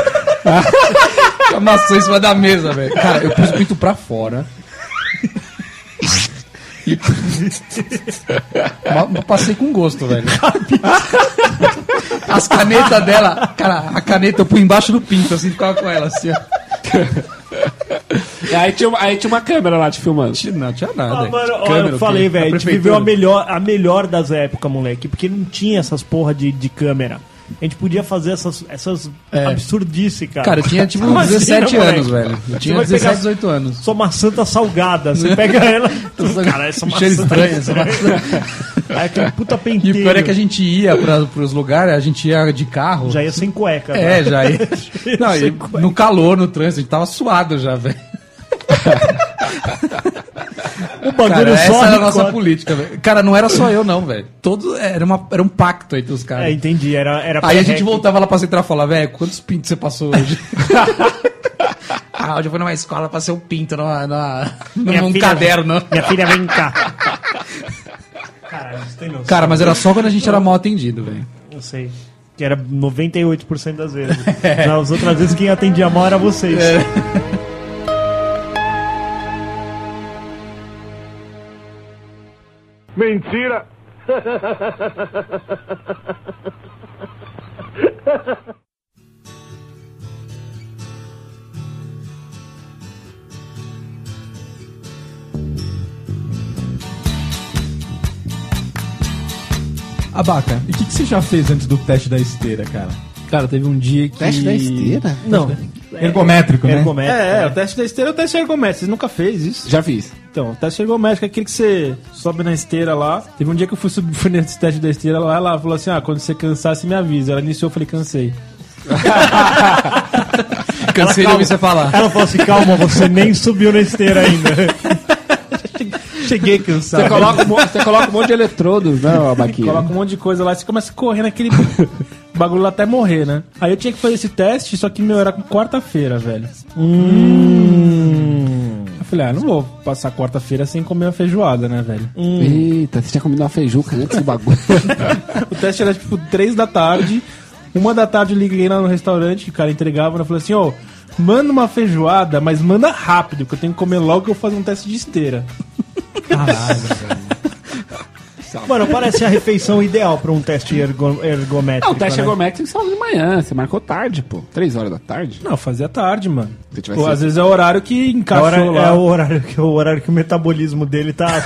Com a maçã em cima da mesa, velho. Cara, eu pus o pinto pra fora. E... Ma- ma- Passei com gosto, velho. As canetas dela, cara, a caneta eu punho embaixo do pinto, assim, ficava com ela, assim, ó. E aí tinha, uma- aí tinha uma câmera lá te filmando. Tinha- Não, tinha Ah, nada. mano, ó, Câmera, o eu quê? falei, velho, a gente prefeitura. viveu a melhor, a melhor das épocas, moleque, porque não tinha essas porra de, de câmera. A gente podia fazer essas, essas absurdice, cara. É. Cara, eu tinha tipo Imagina, 17 moleque. anos, velho. Eu tinha vai 17, pegar- 18 anos. Só maçã tá salgada. [LAUGHS] Você pega ela. cara, essa maçã. Cheiro tá estranho, [LAUGHS] essa maçã. Aí aquele puta E o penteiro. pior é que a gente ia pra, pros lugares, a gente ia de carro. Já ia sem cueca. né? É, já [LAUGHS] ia. Não, e no calor, no trânsito, a gente tava suado já, velho. O bagulho Cara, essa só era a arrancou- nossa política, velho. Cara, não era só eu, não, velho. Todo era, uma, era um pacto entre os caras. É, entendi. Era, era Aí a gente perreque. voltava lá pra central e falava, velho, quantos pintos você passou [LAUGHS] hoje? ah, hoje eu fui numa escola, passei um pinto numa, numa, Minha num filha- caderno. Minha filha, vem [LAUGHS] cá. Caralho, você tem noção? Cara, mas era só quando a gente era mal atendido, velho. Não sei. que era 98% das vezes. [LAUGHS] Nas outras vezes, quem atendia mal era vocês. Abaca, e o que, que você já fez antes do teste da esteira, cara? Cara, teve um dia que. Teste da esteira? Não, Ergométrico, né? ergométrico. É, é, o teste da esteira é o teste ergométrico. Vocês nunca fez isso? Já fiz. Então, o teste ergométrico é aquele que você sobe na esteira lá. Teve um dia que eu fui subir [LAUGHS] fui nesse teste da esteira lá, ela falou assim: ah, quando você cansar, você me avisa. Ela iniciou, eu falei, cansei. Cansei de ouvir você falar. Ela falou assim: calma, você nem subiu na esteira ainda. Cheguei Você cansado. coloca, um mo- você coloca um monte de eletrodos, né, ó, Baquinha? Coloca um monte de coisa lá, você começa a correr naquele [LAUGHS] bagulho lá até morrer, né? Aí eu tinha que fazer esse teste, só que meu era com quarta-feira, velho. Hum. Eu falei, ah, não vou passar quarta-feira sem comer uma feijoada, né, velho? um- Eita, você tinha comido uma feijuca antes do [LAUGHS] bagulho. O teste era tipo 3 da tarde. Uma da tarde eu liguei lá no restaurante, o cara entregava, ela falou assim, ô, manda uma feijoada, mas manda rápido, que eu tenho que comer logo que eu faço um teste de esteira. Mano, parece a refeição ideal pra um teste ergo- ergométrico. Não, o teste né? ergométrico você fala de manhã, você marcou tarde, pô. Três horas da tarde. Não, eu fazia tarde, mano. Se tivesse- Ou às vezes é o horário que É encaixou o horário- lá. é o horário que o horário que o metabolismo dele tá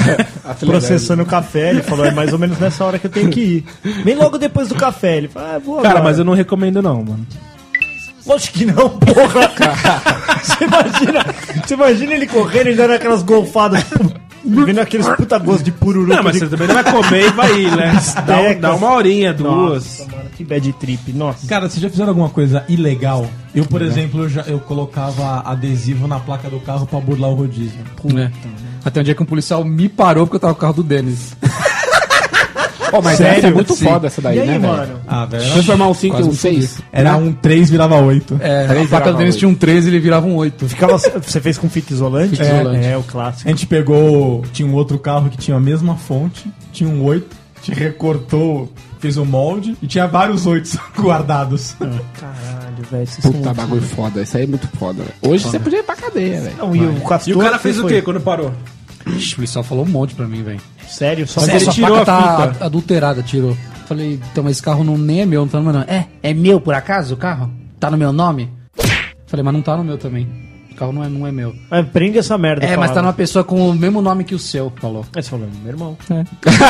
processando o café. Ele falou, é mais ou menos nessa hora que eu tenho que ir. Vem logo depois do café. Ele falou, ah, vou Cara, agora. mas eu não recomendo não, mano. Lógico que não, porra. você, imagina, você imagina ele correndo e dando aquelas golfadas. Vendo aqueles puta gosto de pururuca. Não, mas de... você também não vai comer e vai ir, [LAUGHS] né? Dá, um- dá uma horinha, duas. Nossa, mano, que bad trip. Nossa. Cara, vocês já fizeram alguma coisa ilegal? Eu, por exemplo, eu, já, eu colocava adesivo na placa do carro pra burlar o rodízio. [LAUGHS] É. Até um dia que um policial me parou porque eu tava com o carro do Denis. Pô, mas Sério? essa é muito Sim. foda essa daí, E aí, né, velho? mano? Ah, velho. Transformar um 5 em Quase um me 6. [LAUGHS] Era um 3 virava 8. É, Três a placa do virava Denis oito. tinha um 13 ele virava um 8. Ficava, você fez com fita isolante? Fita isolante. É, é o A clássico. gente pegou. Tinha um outro carro que tinha a mesma fonte, tinha um 8, a gente recortou, fez o molde e tinha vários 8 [LAUGHS] guardados. Caralho, velho. esses Puta, são- bagulho foda. Isso aí é muito foda, velho. Hoje você podia ir pra cadeia, velho. Não, e o castor E o cara fez o foi- quê quando parou? Ixi, o policial falou um monte pra mim, velho. Sério? Só Mas pra- a sua tirou placa a tá fita. a- adulterada, tirou. Falei, então, mas esse carro não, nem é meu, não tá no meu nome. É, é meu por acaso o carro? Tá no meu nome? Falei, mas não tá no meu também. O carro não é, não é meu. É, prende essa merda. É, mas tá Paulo. numa pessoa com o mesmo nome que o seu, falou. Aí você falou, meu irmão. É. [LAUGHS]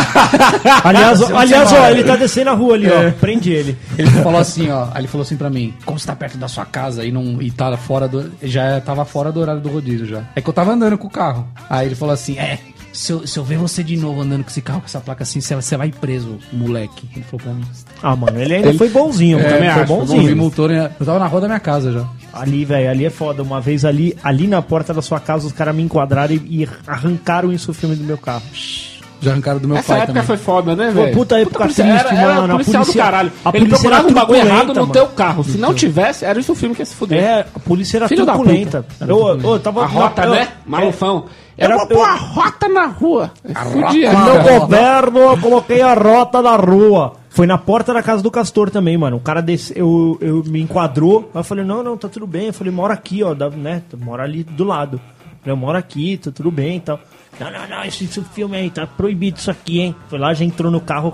aliás, ó, Você aliás vai. ó, ele tá descendo a rua ali, ó. Prende ele. Ele falou assim, ó. Aí ele falou assim pra mim: Como você tá perto da sua casa e, não, e tá fora do. Já tava fora do horário do rodízio já. É que eu tava andando com o carro. Aí ele falou assim: É, se eu, se eu ver você de novo andando com esse carro, com essa placa assim, você você vai preso, moleque. Ele falou pra mim. Ah, mano, ele ainda foi bonzinho. É, também foi bonzinho. Me multou, né? Eu tava na rua da minha casa já. Ali, velho, ali é foda. Uma vez ali, ali na porta da sua casa, os caras me enquadraram e, e arrancaram isso o filme do meu carro. Já arrancaram do meu Essa pai época também. foi foda, né, Pô, velho? puta época policial, triste, era, era mano, a policial do polícia- caralho. a Ele polícia procurava era um bagulho truculenta, errado no mano. teu carro. Se não tivesse, era isso o filme que ia se fuder. É, a polícia era Filho da truculenta. Eu, eu tava A rota, eu- é. né? Malufão. Era- eu vou pôr a rota na rua. Fudia. No Não, meu governo, eu coloquei a rota da rua. Foi na porta da casa do Castor também, mano. O cara desceu, eu, eu me enquadrou. Aí eu falei, não, não, tá tudo bem. Eu falei, mora aqui, ó, da, né? Mora ali do lado. Eu falei, eu moro aqui, tá tudo bem e tal. Não, não, não, esse, esse filme aí, tá proibido isso aqui, hein? Foi lá, já entrou no carro.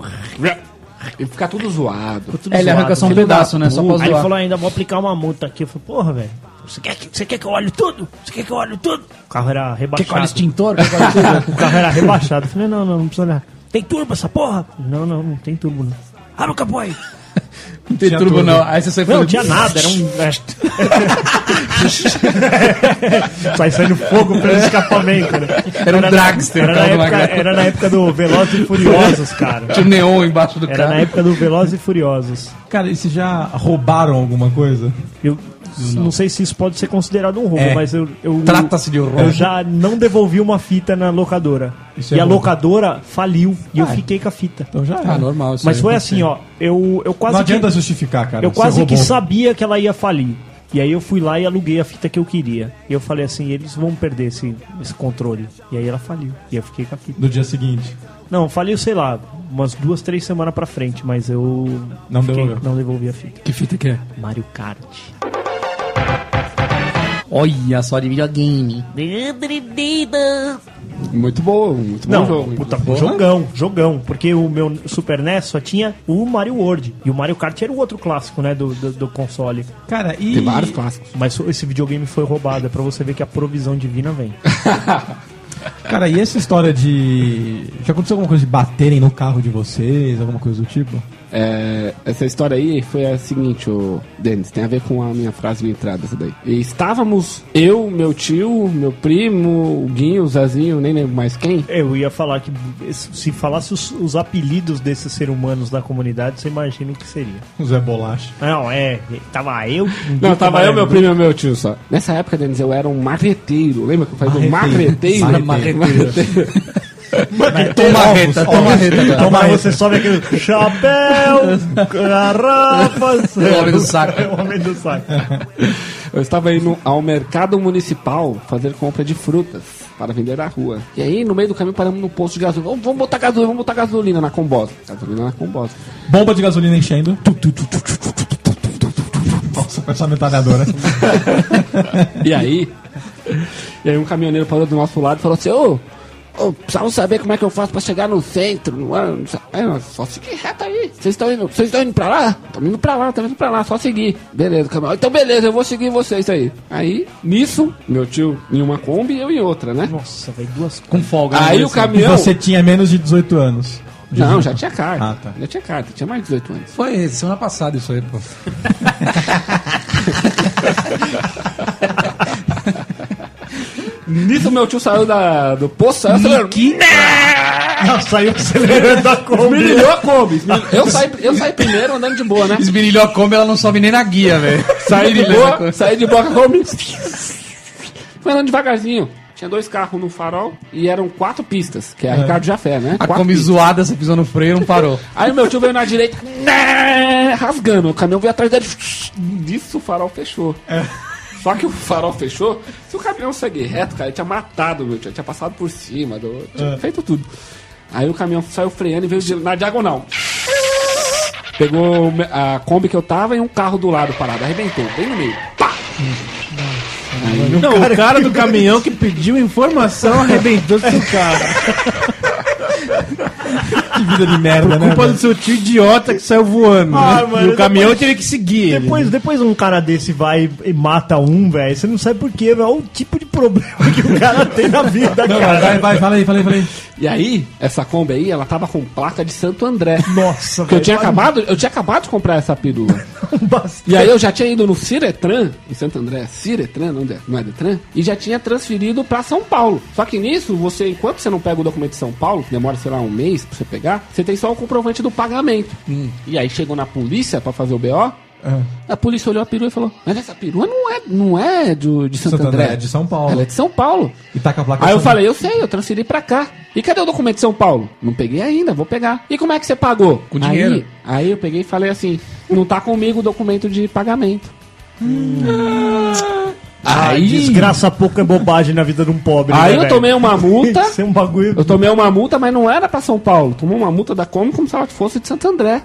E ficar tudo zoado. tudo É, ele arranca zoado. só um pedaço, né? Só pra Aí ele zoar. falou, ainda vou aplicar uma multa aqui. Eu falei, porra, velho, você quer, que, você quer que eu olhe tudo? Você quer que eu olhe tudo? O carro era Que cola rebaixado. extintor? Que cola tudo? O carro era rebaixado. Eu falei, não, não, não precisa olhar. Tem turbo essa porra? Não, não, não tem turbo não. Abre o capô aí. [LAUGHS] Não tem turbo, não. Aí você sai Não, falando- tinha nada, era um. [LAUGHS] Sai saindo fogo pelo escapamento, né? Era um dragster, Era na, cara, do época, Magrão. era na época do Velozes e Furiosos, cara. [LAUGHS] Tinha um neon embaixo do Era carro. na época do Velozes e Furiosos. Cara, e vocês já roubaram alguma coisa? Eu não. sei se isso pode ser considerado um roubo, É. um mas eu. eu Trata-se de roubo. Eu já não devolvi uma fita na locadora. Isso é e a roubo. locadora faliu. E eu fiquei com a fita. Então já era. Ah, normal. isso Mas aí. foi assim, ó. Eu, eu quase. Não adianta que, justificar, cara. eu você quase que roubou. sabia que ela ia falir. E aí eu fui lá e aluguei a fita que eu queria. E eu falei assim, eles vão perder esse, esse controle. E aí ela faliu. E eu fiquei com a fita. No dia seguinte. Não, faliu, sei lá, umas duas, três semanas pra frente, mas eu Não devolveu. não devolvi a fita. Que fita que é? Mario Kart. Olha só de videogame. Muito bom, muito bom né? Não, jogo. puta, jogão, jogão. Porque o meu Super NES só tinha o Mario World. E o Mario Kart era o outro clássico, né, do, do, do console. Cara, e. Tem vários clássicos. Mas esse videogame foi roubado, é pra você ver que a provisão divina vem. Cara, e essa história de. Já aconteceu alguma coisa de baterem no carro de vocês, alguma coisa do tipo? É, essa história aí foi a seguinte, ô, Denis, tem a ver com a minha frase de entrada, essa daí. E estávamos eu, meu tio, meu primo, o Guinho, o Zazinho, nem lembro mais quem. Eu ia falar que se falasse os, os apelidos desses seres humanos da comunidade, você imagina o que seria. O Zé Bolacha. Não, é, tava eu. Não, tava eu, meu primo e meu tio só. Nessa época, Denis, eu era um marreteiro. Lembra que eu fazia um marreteiro? Marreteiro. Toma reta, toma reta. Então mas você sobe aquele [LAUGHS] chapéu, garrafas. O homem do saco. É o homem do saco. Eu estava indo ao mercado municipal fazer compra de frutas para vender na rua. E aí, no meio do caminho, paramos no posto de gasolina. Vamos botar gasolina, vamos botar gasolina na Combosa. Gasolina na Combosa. Bomba de gasolina enchendo. Nossa, com essa metralhadora. E aí, e aí um caminhoneiro parou do nosso lado e falou assim, ô, ô, precisamos saber como é que eu faço pra chegar no centro, não é? Não sei- Aí nós, só seguir reto aí. Vocês estão indo, vocês estão indo pra lá? Estamos indo pra lá, estamos indo pra lá, só seguir. Beleza, caminhão. Então beleza, eu vou seguir vocês aí. Aí, nisso, meu tio em uma Kombi e eu em outra, né? Nossa, velho, duas. Com folga. né? Aí o E caminhão. você tinha menos de 18 anos. Não, já tinha carta. Ah, tá. Já tinha carta, tinha mais de 18 anos. Foi semana passada isso aí, pô. Nisso, meu tio saiu da, do posto, saiu acelerando. Ela saiu acelerando a Kombi. Esmirilhou a Kombi. esmirilhou. Eu saí, eu saí primeiro andando de boa, né? Esmirilhou a Kombi, ela não sobe nem na guia, velho. Saí de boa, saí de boa com a Kombi. Foi andando devagarzinho. Tinha dois carros no farol e eram quatro pistas, que é a Ricardo Jafé, né? A Quatro Kombi pistas. zoada, você pisou no freio e não parou. Aí meu tio veio na direita, né, rasgando. O caminhão veio atrás dele. Disso o farol fechou. Só que o farol fechou, se o caminhão seguir reto, cara, ele tinha matado meu tio, ele tinha passado por cima, do- tinha feito tudo. Aí o caminhão saiu freando e veio de- na diagonal. Pegou o me- a Kombi que eu tava e um carro do lado parado, arrebentou, bem no meio. Pá! Não, o cara do caminhão que pediu informação arrebentou seu carro. Que vida de merda, né? Culpa do seu tio idiota que saiu voando. Ah, né? mano, e o caminhão depois- teve que seguir. ele. Depois, depois um cara desse vai e mata um, velho. Você não sabe por quê, velho. Olha o tipo de problema [LAUGHS] que o cara tem na vida, Não, cara. vai, vai, fala aí, fala aí, fala aí. E aí, essa Kombi aí, ela tava com placa de Santo André. [LAUGHS] Nossa, Porque eu tinha acabado, eu tinha acabado de comprar [LAUGHS] essa perua. Um E aí eu já tinha ido no Ciretran, em Santo André, Ciretran, não é, não é Detran, e já tinha transferido pra São Paulo. Só que nisso, você, enquanto você não pega o documento de São Paulo, que demora, sei lá, um mês pra você pegar, você tem só o comprovante do pagamento. Hum. E aí chegou na polícia pra fazer o BO, Ah. a polícia olhou a perua e falou, mas essa perua não é, não é de, de Santo, Santo André, André. é de São Paulo. Ela é de São Paulo. E tá com a placa. Aí eu assim. falei, eu sei, eu transferi pra cá. E cadê o documento de São Paulo? Não peguei ainda, vou pegar. E como é que você pagou? Com dinheiro. Aí, aí eu peguei e falei assim, não tá comigo o documento de pagamento. Ah, Ai, desgraça pouco é bobagem na vida de um pobre. aí né, eu velho? tomei [LAUGHS] uma multa, Isso é um bagulho. eu tomei uma multa, mas não era pra São Paulo. Tomou uma multa da Kombi como se ela fosse de Santo André.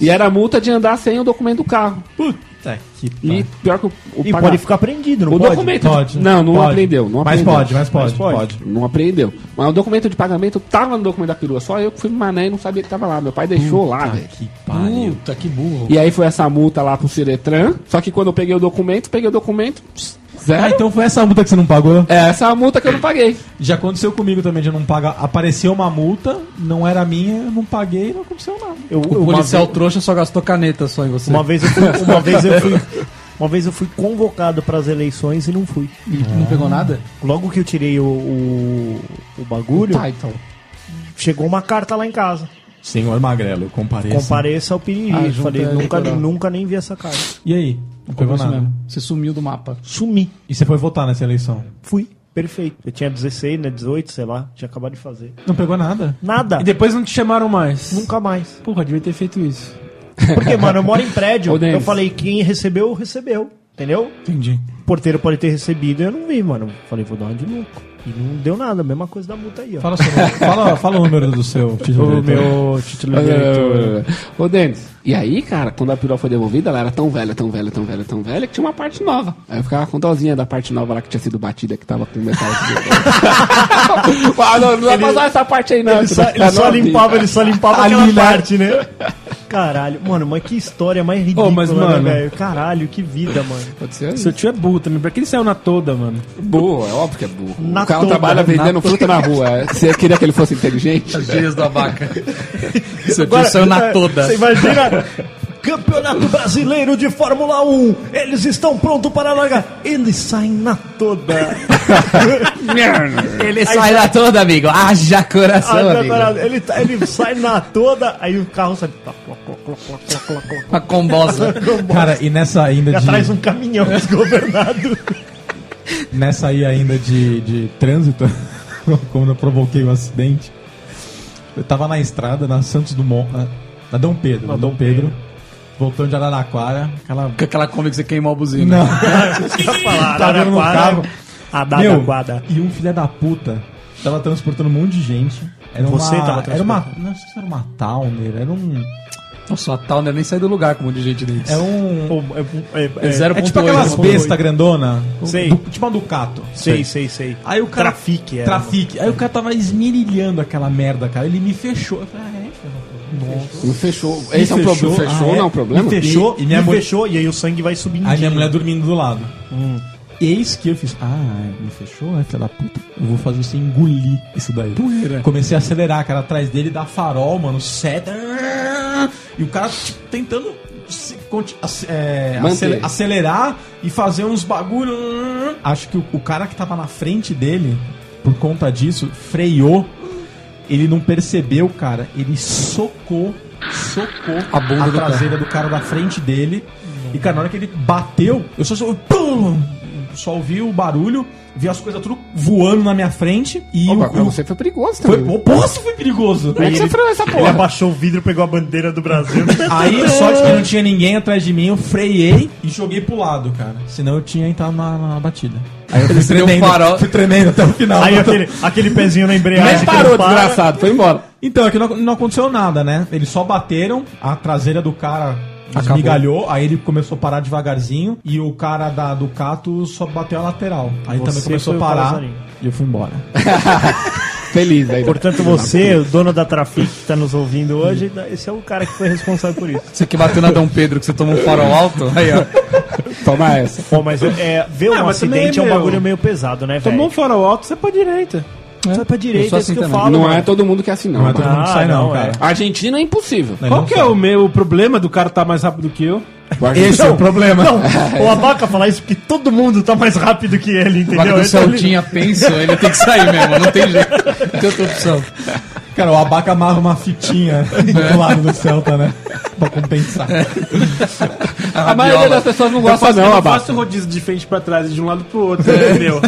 E era a multa de andar sem o documento do carro. Puta que E pior que o, o E paga- pode ficar prendido, não O pode? documento. Pode. Não, não pode. aprendeu. Não Mas aprendeu. pode, mas pode, Mas pode. pode. Não apreendeu. Mas o documento de pagamento tava no documento da perua. Só eu que fui mané e não sabia que tava lá. Meu pai deixou lá, velho. Que pariu. Puta, que burro. E aí foi essa multa lá pro Ciretran. Só que quando eu peguei o documento, peguei o documento. pss, Ah, Zero. então foi essa multa que você não pagou? É essa é a multa que eu não paguei. Já aconteceu comigo também de eu não pagar. Apareceu uma multa, não era minha, eu não paguei, não aconteceu nada. Eu, eu- O uma, policial vez, trouxa só gastou caneta só em você. uma vez eu fui, uma vez eu fui, uma vez eu fui convocado para as eleições e não fui. E Não pegou nada? Logo que eu tirei o, o, o bagulho, chegou uma carta lá em casa. Senhor Magrelo, comparei. Compareça ao Piriri. Ah, junta Falei, aí, nunca, eleitoral. nunca nem vi essa carta. E aí? Não pegou Isso nada. mesmo. Você sumiu do mapa. Sumi. E você foi votar nessa eleição? Fui. Perfeito. Eu tinha 16, né? 18, sei lá. Tinha acabado de fazer. Não pegou nada. Nada. E depois não te chamaram mais. Nunca mais. Porra, devia ter feito isso. Porque, mano, eu moro em [LAUGHS] Ô, prédio. Denis. eu falei, quem recebeu, recebeu. Entendeu? Entendi. O porteiro pode ter recebido e eu não vi, mano. Falei, vou dar uma de louco. E não deu nada, mesma coisa da multa aí, ó. Fala, seu, [LAUGHS] fala, fala o número do seu título o diretor. tá meu título de diretor. Ô, Denis, e aí, cara, quando a piroca foi devolvida, ela era tão velha, tão velha, tão velha, tão velha, que tinha uma parte nova. Aí eu ficava com dozinha da parte nova lá que tinha sido batida, que tava com metal. ah, não, não vai passar essa parte aí, não. Ele só, ele Tá só novinha. limpava, ele só limpava aquela Lila. parte, né? Caralho, mano, mas que história mais ridícula, mas, mano- né, velho? Caralho, que vida, mano. Pode ser isso. Seu tio é burro também. Pra que ele saiu na toda, mano? Burro, é óbvio que é burro. Na o cara toda, trabalha na vendendo fruta na rua. é. Você queria que ele fosse inteligente? As gírias da vaca. Seu tio saiu na é, toda. Você imagina? [LAUGHS] Campeonato Brasileiro de Fórmula 1. Eles estão prontos para largar. Eles saem na toda. [LAUGHS] Ele sai na toda, amigo. [LAUGHS] Haja Ah, coração, tá amigo. parado. ele, tá- ele sai na toda, aí o carro sai. Tá, cloc, cloc, cloc, cloc, cloc, cloc, cloc. Uma combosa. Cara, e nessa E ainda de, atrás [LAUGHS] um caminhão desgovernado. nessa aí ainda de, de trânsito, [LAUGHS] como eu provoquei um acidente, eu tava na estrada, na Santos Dumont, na, na Dom Pedro, na Dom Pedro, voltando de Araraquara, aquela... né? Com aquela Kombi que você queimou [LAUGHS] a buzina. Não. Pra falar, Tá vendo no Araraquara, carro. A Meu, dada quadra. e um filho da puta tava transportando um monte de gente. Era Você uma, tava Era uma, transportando? não sei se era uma Towner, era um... Nossa, a Towner nem saiu do lugar com um monte de gente dentro. Era um... Pô, É, é, é, zero É tipo 0.8, aquelas 0.8. bestas grandona, Sei. do- tipo uma Ducato. Sei, sei, sei. Aí o cara. Trafique, é. Trafique. Aí o cara tava esmirilhando aquela merda, cara. Ele me fechou. Eu falei, ah, é, ferrou. Não fechou. Esse é um problema. Fechou, Ah, é? não é um problema? Me fechou, E- e, e minha me mulher- fechou, e aí o sangue vai subindo. Aí minha mulher dormindo do lado. Eis que eu fiz. Ah, é, me fechou? É, filha da puta. Eu vou fazer você engolir isso daí. Poeira. Comecei a acelerar, cara, atrás dele, dar farol, mano, seta. E o cara tipo, tentando se conti- ac- é, Manter. acele- acelerar e fazer uns bagulho. Acho que o, o cara que tava na frente dele, por conta disso, freou. Ele não percebeu, cara. Ele socou, socou A bunda do cara. traseira do cara da frente dele. E, cara, na hora que ele bateu, eu só, só, pum! só ouvi o barulho, vi as coisas tudo voando na minha frente. E Opa, o, pra o- você foi perigoso foi, também. né? o poço foi perigoso. Como é que você freou essa Ele porra? abaixou o vidro, pegou a bandeira [LAUGHS] do Brasil. Aí, sorte que não tinha ninguém atrás de mim, eu freiei e joguei pro lado, cara. Senão eu tinha entrado na, na batida. Aí eu fui deu um tremendo, farol. fui tremendo até o final. aí aquele, aquele pezinho na embreagem. Nem que parou, não para. desgraçado. Foi embora. Então, é que não, não aconteceu nada, né? Eles só bateram, a traseira do cara Acabou. desmigalhou, aí ele começou a parar devagarzinho e o cara da Ducato só bateu a lateral. Aí também Você começou a foi o parar passarinho. e eu fui embora. Tá Feliz aí. Portanto, você, o dono da Trafic que tá nos ouvindo hoje, esse é o cara que foi responsável por isso. Você que bateu na Dom Pedro que você tomou um farol alto. Aí, ó. Toma essa. Bom, mas é, ver Ah, um mas também, acidente é um meu, bagulho meio pesado, né, velho? Tomou um farol alto, você é pra direita. Vai pra Eu sou direita, é isso assim que eu também. falo. Não mano. é todo mundo que é assim, não. Não é todo mundo que sai, não, não, é. cara. Argentina é impossível. Mas Qual não que sai. é o meu problema do cara tá mais rápido que eu? Esse é o um Não, problema. Não, o Abaca fala isso porque todo mundo tá mais rápido que ele, entendeu? Vaga do Então ele- Celtinha penso, ele tem que sair mesmo. Não tem jeito. Não tem outra opção. Cara, o abaca amarra uma [LAUGHS] fitinha do lado do Celta, né? Pra compensar. Ah, A maioria das pessoas não gosta, não, eu Abaca. faço rodízio de frente pra trás e de um lado pro [LAUGHS] outro, entendeu?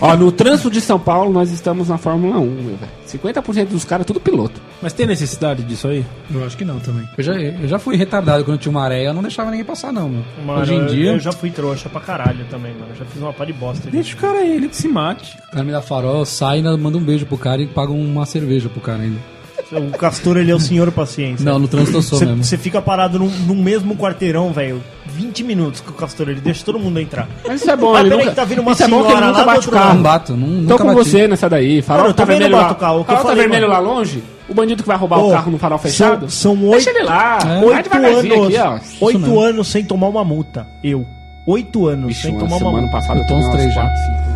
Ó, no trânsito de São Paulo, nós estamos na Fórmula 1, meu velho. 50% dos caras, é tudo piloto. Mas tem necessidade disso aí? Eu acho que não também. Eu já, eu já fui retardado quando tinha uma areia, eu não deixava ninguém passar, não, meu. Mano, Hoje em eu- dia, eu já fui trouxa pra caralho também, mano. Eu Já fiz uma pá de bosta. gente. Deixa o cara aí, ele que se mate. o cara me dá farol, sai, ainda manda um beijo pro cara e paga uma cerveja pro cara ainda. O Castor, ele é o senhor paciência. Não, no trânsito eu sou Você- mesmo. Você fica parado num, num mesmo quarteirão, velho. 20 minutos com o Castor, ele deixa todo mundo entrar. Mas isso é bom, Ah, ele peraí, nunca... tá vindo uma Isso é bom que ele senhora nunca lá do bate o outro Não carro. bato, não, Tô nunca com bati. você nessa daí. Farol Mano, eu tá também não vermelho lá. bato o carro, o que eu farol tá falei, vermelho mano. lá longe. O bandido que vai roubar o Ô, carro no farol são- fechado. são Deixa oito- ele lá. Vai Oito devagarzinho anos, aqui, ó. Isso oito não. anos sem tomar uma multa. Eu. Oito anos Bicho, sem uma tomar uma semana multa. passada Eu eu tô tomei uns uns três 3 já. já.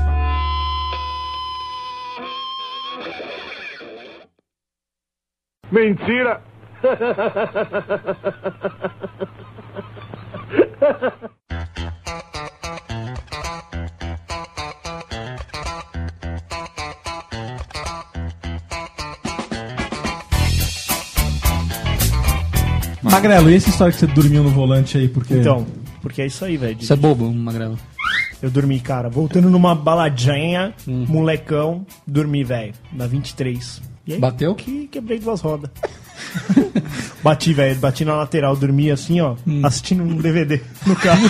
Magrelo, e essa história que você dormiu no volante aí? Porque. Então, porque é isso aí, velho. Isso é bobo, Magrelo. Eu dormi, cara. Voltando numa baladinha, molecão, dormi, velho. Na 23. E aí, Bateu? Que quebrei duas rodas. [LAUGHS] Bati, velho. Bati na lateral, dormi assim, ó, assistindo um DVD no carro.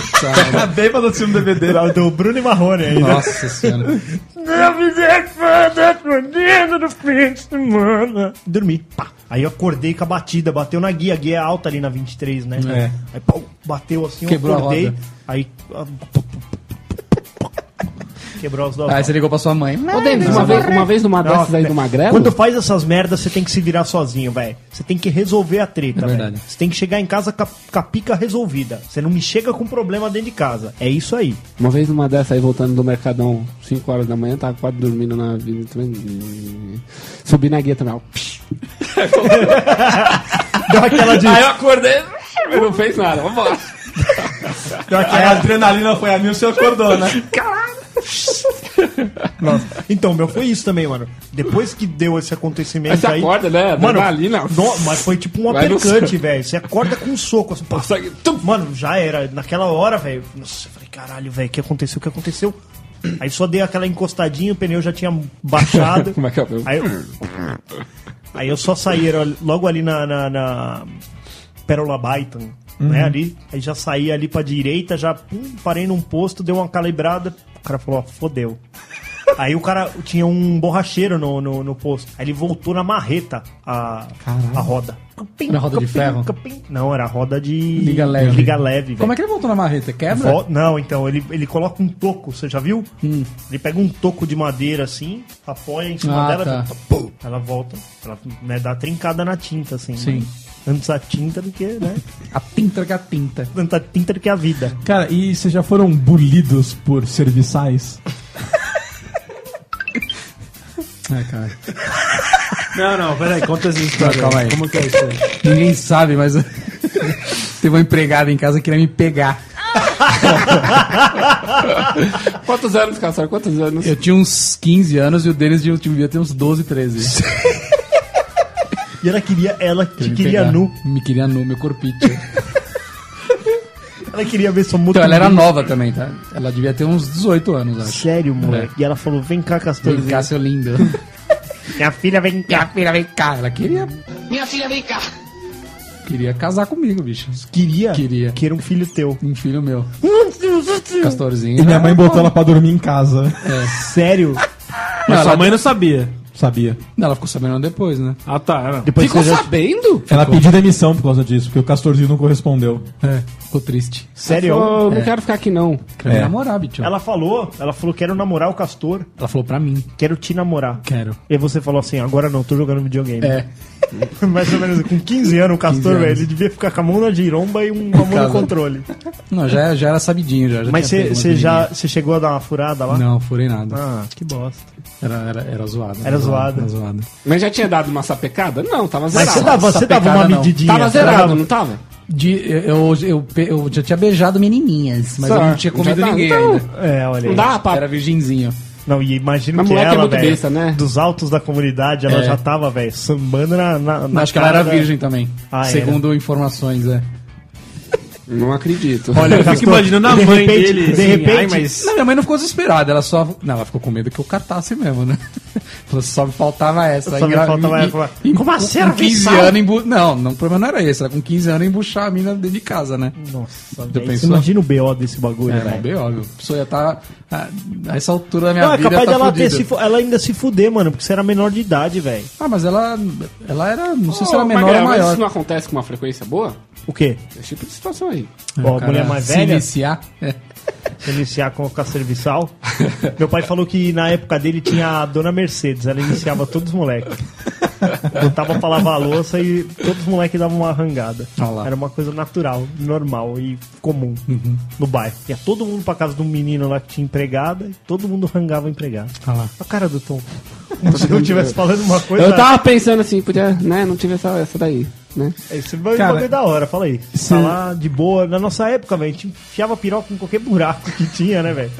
Acabei pra assistir um DVD. Do Bruno e Marrone aí, né? Nossa senhora. Não me defenda, menino do fim de semana. Dormi. Pá. Aí eu acordei com a batida, bateu na guia, a guia é alta ali na 23, né? Aí pau, bateu assim, É. Quebrou a eu acordei. roda. Aí. ah, Quebrou as duas Aí rodas. você ligou pra sua mãe. Ô, Denis, uma vez, uma vez numa dessas aí do é. Magrelo... Quando faz essas merdas, você tem que se virar sozinho, velho. Você tem que resolver a treta, É velho. verdade. Você tem que chegar em casa com a, com a pica resolvida. Você não me chega com problema dentro de casa. É isso aí. Uma vez numa dessa aí, voltando do Mercadão, 5 horas da manhã, tava quase dormindo na vida também. Subi na guia também, [LAUGHS] ó. Deu aquela de. eu acordei, [LAUGHS] não fez nada, vambora. deu aquela- A adrenalina foi a mil, você acordou, né? Então, meu, foi isso também, mano. Depois que deu esse acontecimento Aí você aí. acorda, né? Mano, Adrenalina. no- mas foi tipo um Vai no uppercut, soco. velho. Você acorda com um soco. Assim, pá. Consegue, tum. Mano, já era. Naquela hora, velho. Nossa, eu falei, caralho, velho, o que aconteceu? O que aconteceu? Aí só dei aquela encostadinha, o pneu já tinha baixado. [LAUGHS] Como é que é o meu? Aí eu, aí eu só saí, era logo ali na, na, na Pérola Baitan, né? Uhum. Ali, aí já saí ali pra direita, já pum, parei num posto, deu uma calibrada. O cara falou, ó, [LAUGHS] fodeu. Aí o cara tinha um borracheiro no, no, no posto. Aí ele voltou na marreta a, a roda. Cupim, Era roda de cupim, ferro? cupim. Não, era roda de. Liga leve. Liga leve, Como é Hum. que ele voltou na marreta? Quebra? Vo- Não, então, ele, ele coloca um toco, você já viu? Ele pega um toco de madeira assim, apoia em cima Ah, dela, tá. pum, ela volta, ela né, dá a trincada na tinta, assim. Sim. né? Antes a tinta do que, né? A pinta que a pinta. Antes a tinta do que a vida. Cara, e vocês já foram bulidos por serviçais? Ai, É, cara. [LAUGHS] Não, não, peraí, conta essa história. Calma aí. Como que é isso aí? Ninguém sabe, mas [LAUGHS] teve uma empregada em casa que queria me pegar. Quantos anos, Cassar? Quantos anos? Eu tinha uns 15 anos e o Denis devia- devia ter uns 12, [LAUGHS] 13. E ela queria, ela te Me queria pegar. nu, Me queria nu, meu corpite. ela queria ver sua muda. então ela era nova também, tá? Ela devia ter uns 18 anos, acho. Sério, moleque. E ela falou: vem cá, É. Vem cá, Castorzinho. seu [LAUGHS] lindo. Minha filha, vem cá. Minha filha, vem cá. Ela queria. Minha filha, vem cá. Queria casar comigo, bicho. Queria? Queria. Queria um filho [LAUGHS] teu. Um filho meu. E Castorzinho. minha mãe botou ela pra dormir em casa. Sério? Não, Sua ela, mãe não sabia. Sabia. não, ela ficou sabendo depois, né? Ah, tá. Não. Depois Ficou que eu já- sabendo? Ela pediu demissão por causa disso, porque o Castorzinho não correspondeu. É, ficou triste. Sério? Ô, É. não quero ficar aqui, não. Quero me namorar, bicho. Ela... Ela falou, ela falou: quero namorar o Castor, falou pra mim. quero te namorar. Quero. E você falou assim, agora não, tô jogando videogame. É. [LAUGHS] Mais ou menos com 15 [LAUGHS] anos o Castor, 15 velho, anos. ele devia ficar com a mão na giromba e um- uma mão no Casa. controle. Não, já, é- já era sabidinho, já. já Mas tinha pego você umas já menininhas. você chegou a dar uma furada lá? Não, furei nada. Ah, que bosta. Era, era, era zoado. Era zoado. Era zoado. Mas já tinha dado uma sapecada? Não, tava Mas zerado. você dava, você dava uma pecada não. medidinha. Tava você dava- zerado, não tava? De- eu, eu, pe- eu já tinha beijado menininhas, mas Só, eu não tinha já comido tá- ninguém então- ainda. É, olha Não aí. dá pra... Era virginzinho. Não, e imagino Mas que moleque é ela, muito velho, besta, né? dos altos da comunidade, ela É. já tava, velho, sambando na, na, na Acho que ela era cara da- virgem também. Ah, era. segundo informações, é. Não acredito. Olha, [LAUGHS] Eu fico Castor, imaginando a [LAUGHS] de mãe repente, dele. De assim, repente, ai, mas... Não, minha mãe não ficou desesperada, ela só. Não, ela ficou com medo que eu cartasse mesmo, né? [LAUGHS] Falou, só me faltava essa. Só Aí me gra- faltava e- essa. e- Como com- assim, Com 15 Arviçal? anos embu... Não, não, o problema não era esse, era com 15 anos embuchar a mina dentro de casa, né? Nossa, Já velho, pensou? imagina o BO desse bagulho, É, velho. mó bem óbvio. A pessoa ia estar. Tá, a, a essa altura da minha Não, é vida. capaz tá dela ter fudida. se, fu- ela ainda se fuder, mano, porque você era menor de idade, velho. Ah, mas ela. Ela era. Não sei se era Ô, menor Magrela, ou mas maior. isso não acontece com uma frequência boa? O quê? Esse tipo de situação aí. Ó, a É, Cara, é mulher mais velha? Se iniciar. É. iniciar com a serviçal. Meu pai falou que na época dele tinha a dona Mercedes, ela iniciava todos os moleques. Botava pra lavar a louça e todos os moleques davam uma arrangada. Ah lá. Era uma coisa natural, normal e comum no bairro. Ia todo mundo pra casa de um menino lá que tinha empregada e todo mundo rangava a empregada. Ah lá. A cara do Tom. Como se eu estivesse falando uma coisa. Eu tava pensando assim, podia... Né, não tive essa, essa daí, né? Esse bagulho Cara, bagulho é da hora, fala aí. se- Falar de boa. Na nossa época, velho, a gente enfiava piroca em qualquer buraco que tinha, né, velho?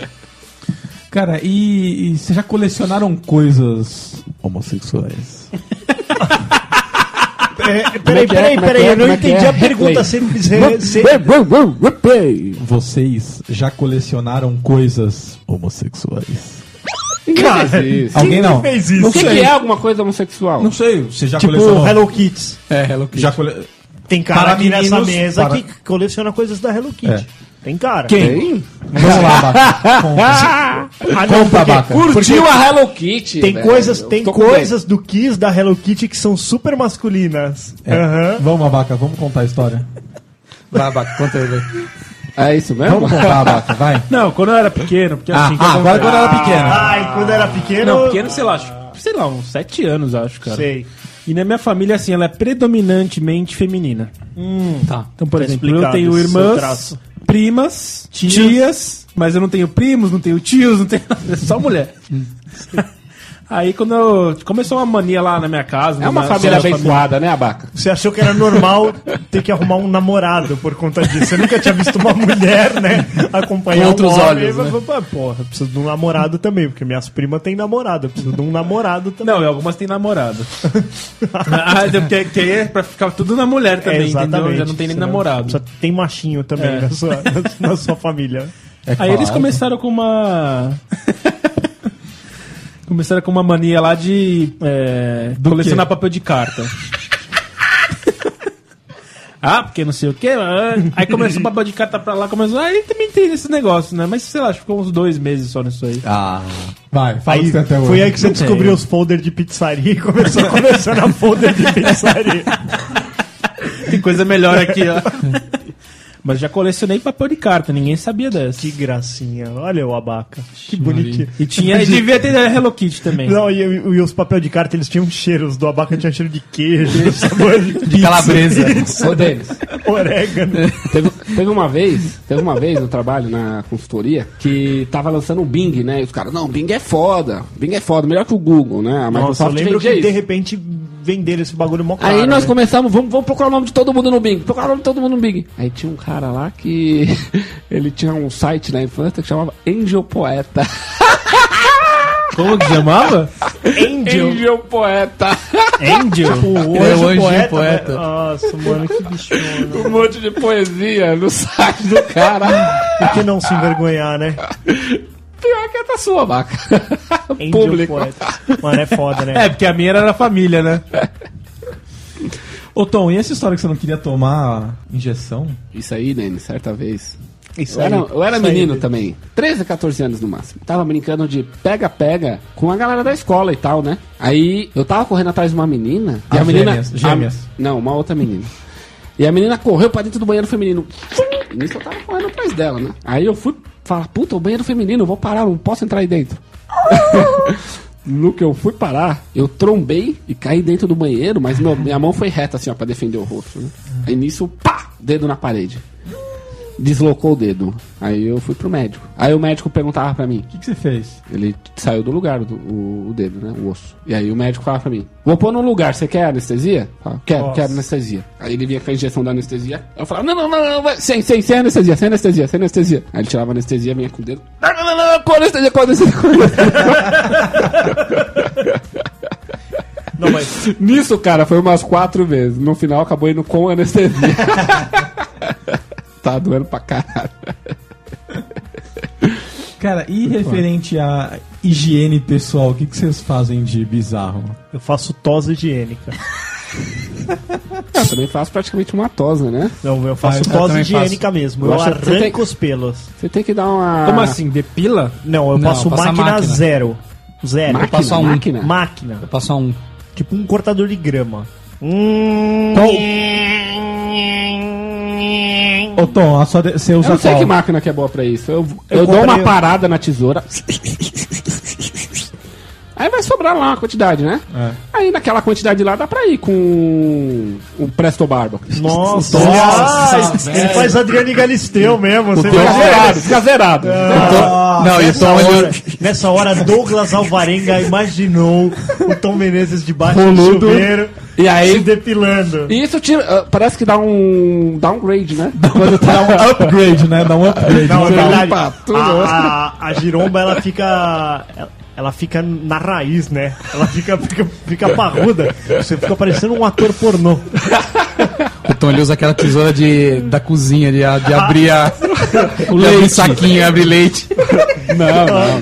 Cara, e, e vocês já colecionaram coisas homossexuais? É, Como peraí, é peraí, que é? Como é que peraí, é? eu não Como é que entendi é? a pergunta. Replay. Você, você, você- Replay. Vocês já colecionaram coisas homossexuais? Quase. Alguém não. fez isso? O que, que é alguma coisa homossexual? Não sei, você já Tipo, colecionou. Hello Kids. É, Hello Kitty. Já cole... Tem cara Para aqui nessa meninos, mesa para- que coleciona coisas da Hello Kitty. Tem cara. Tem? Vamos lá, Baca. Ah, não, Conta, porque Baca. Curtiu a Hello Kitty. Tem velho. coisas, Eu tem tô com medo. coisas do Kiss da Hello Kitty que são super masculinas. É. Aham. Vamos, Abaca, vamos contar a história. Vai, Abaca, conta aí, velho. É isso mesmo? Vamos contar, Abaca, vai. Não, quando eu era pequeno, porque assim. Ah, agora quando ela era pequena. Ai, quando era pequeno. Não, pequeno, sei lá, acho- sei lá, uns sete anos, acho, cara. Sei. E na minha família, assim, ela é predominantemente feminina. Tá. Então, por Tá exemplo, eu explicado tenho esse seu irmãs, traço. primas, tias, mas eu não tenho primos, não tenho tios, não tenho nada, é só mulher. [LAUGHS] Aí quando eu... começou uma mania lá na minha casa. É uma na- família na- abençoada, né, Abaca? Você achou que era normal ter que arrumar um namorado por conta disso? Você nunca tinha visto uma mulher, né? Acompanhar Com outros um homem, olhos, e né? falou, "Pô, Porra, eu preciso de um namorado também, porque minhas primas têm namorado. Eu preciso de um namorado também. Não, e algumas [LAUGHS] têm namorado. ah, porque, porque aí é pra ficar tudo na mulher É, também, entendeu? Já não tem nem Você namorado. Só tem machinho também É. na, sua, na sua família. Aí eles começaram com uma. [LAUGHS] começaram com uma mania lá de é, colecionar papel de [LAUGHS] carta. ah, porque não sei o quê. ah. Aí começou o papel de carta pra lá, começou. Aí também tem esse negócio, né? Mas sei lá, acho que ficou uns dois meses só nisso aí. Vai, fala Aí, isso até hoje. foi aí que você descobriu os folders de pizzaria e começou a [LAUGHS] colecionar folder de pizzaria. Tem coisa melhor aqui, ó. Mas já colecionei papel de carta, ninguém sabia dessa. Que gracinha. Olha o abaca. Que bonitinho. E tinha. E devia ter da Hello Kitty também. Não, e, e os papel de carta, eles tinham cheiros. Do abaca tinha cheiro de [LAUGHS] queijo, sabor de De calabresa. Ô, Denis, orégano. teve, teve uma vez, teve uma vez no trabalho na consultoria que tava lançando o Bing, né? E os caras, não, Bing é foda, Bing é foda, melhor que o Google, né? A Nossa, eu Microsoft lembro que vendia de isso. repente venderam esse bagulho mó caro. Aí nós né? começamos, vamos, vamos procurar o nome de todo mundo no Bing, procurar o nome de todo mundo no Bing. Aí tinha um cara lá que [LAUGHS] ele tinha um site na infância que chamava Angel Poeta. [LAUGHS] Como que chamava? Angel. Angel Poeta. Angel? Tipo, o É, anjo o anjo poeta. poeta. né? Nossa, mano, que bichona. Um monte de poesia no site do cara. [LAUGHS] Por que não se envergonhar, né? Pior que é da sua vaca. Angel Público. poeta. [LAUGHS] Mano, é foda, né? É, porque a minha era da família, [LAUGHS] né? Ô Tom, e essa história que você não queria tomar injeção? Isso aí, Denis, certa vez. Isso Eu era, eu era isso aí. né? menino também, 13, 14 anos no máximo. Tava brincando de pega-pega com a galera da escola e tal, né? Aí eu tava correndo atrás de uma menina. E Ah, a menina. gêmeas, gêmeas. a- não, uma outra menina. E a menina correu pra dentro do banheiro feminino. E nisso eu tava correndo atrás dela, né? Aí eu fui falar, puta, o banheiro feminino, eu vou parar, não posso entrar aí dentro. No que eu fui parar, eu trombei e caí dentro do banheiro, mas meu- minha mão foi reta assim, ó, pra defender o rosto. Né? Aí nisso, pá! Dedo na parede. Deslocou o dedo. Aí eu fui pro médico. Aí o médico perguntava pra mim. O que, que você fez? Ele saiu do lugar, do- o, o dedo, né? O osso. E aí o médico falava pra mim: Vou pôr no lugar, você quer anestesia? Eu Falava, quero, quero anestesia. Aí ele vinha com a injeção da anestesia. Eu falava: Não, não, não, não, vai- sem, sem, sem anestesia, sem anestesia, sem anestesia. Aí ele tirava a anestesia, vinha com o dedo: Não, não, não, não, com anestesia, com anestesia, com anestesia. Não, mas Nisso, cara, foi umas quatro vezes. No final acabou indo com anestesia. [LAUGHS] tá doendo pra caralho. Cara, e referente à higiene pessoal, o que, que vocês fazem de bizarro? eu faço tosa higiênica. Eu Ah, também faço praticamente uma tosa, né? Não, eu faço Ah, eu tosa também higiênica mesmo. Eu Eu, acho que você arranco tem- os pelos. Você tem que dar uma. Como assim? Depila? Não, eu Não, passo passa a máquina, máquina. zero. Zero. Máquina, Passa um. máquina. Máquina. Vou passar um. Tipo um cortador de grama. Hum. Ô Tom, a sua de- você Eu usa não sei qual? que máquina que é boa pra isso. Eu, eu, Eu dou uma comprei- um. parada na tesoura. Aí vai sobrar lá uma quantidade, né? É. Aí naquela quantidade lá dá pra ir com o Presto Barba. Nossa, Nossa, Ah, ele faz Adriane Galisteu mesmo. Você Fica vai ver. zerado, fica zerado. não, e o Nessa Tom, hora, ele- nessa hora, Douglas Alvarenga imaginou o Tom Menezes debaixo Roludo. do chuveiro E aí- se depilando. E isso tira, ah, parece que dá um downgrade, né? Quando tá Upgrade, né? [LAUGHS] Dá um upgrade. Não, é Você verdade. limpa tudo. A, a, a giromba, ela fica. ela- Ela fica na raiz, né? Ela fica, fica, fica parruda. Você fica parecendo um ator pornô. o Então ele usa aquela tesoura de, da cozinha, de, a- de abrir a. [LAUGHS] O leite. saquinho, abre leite. Não,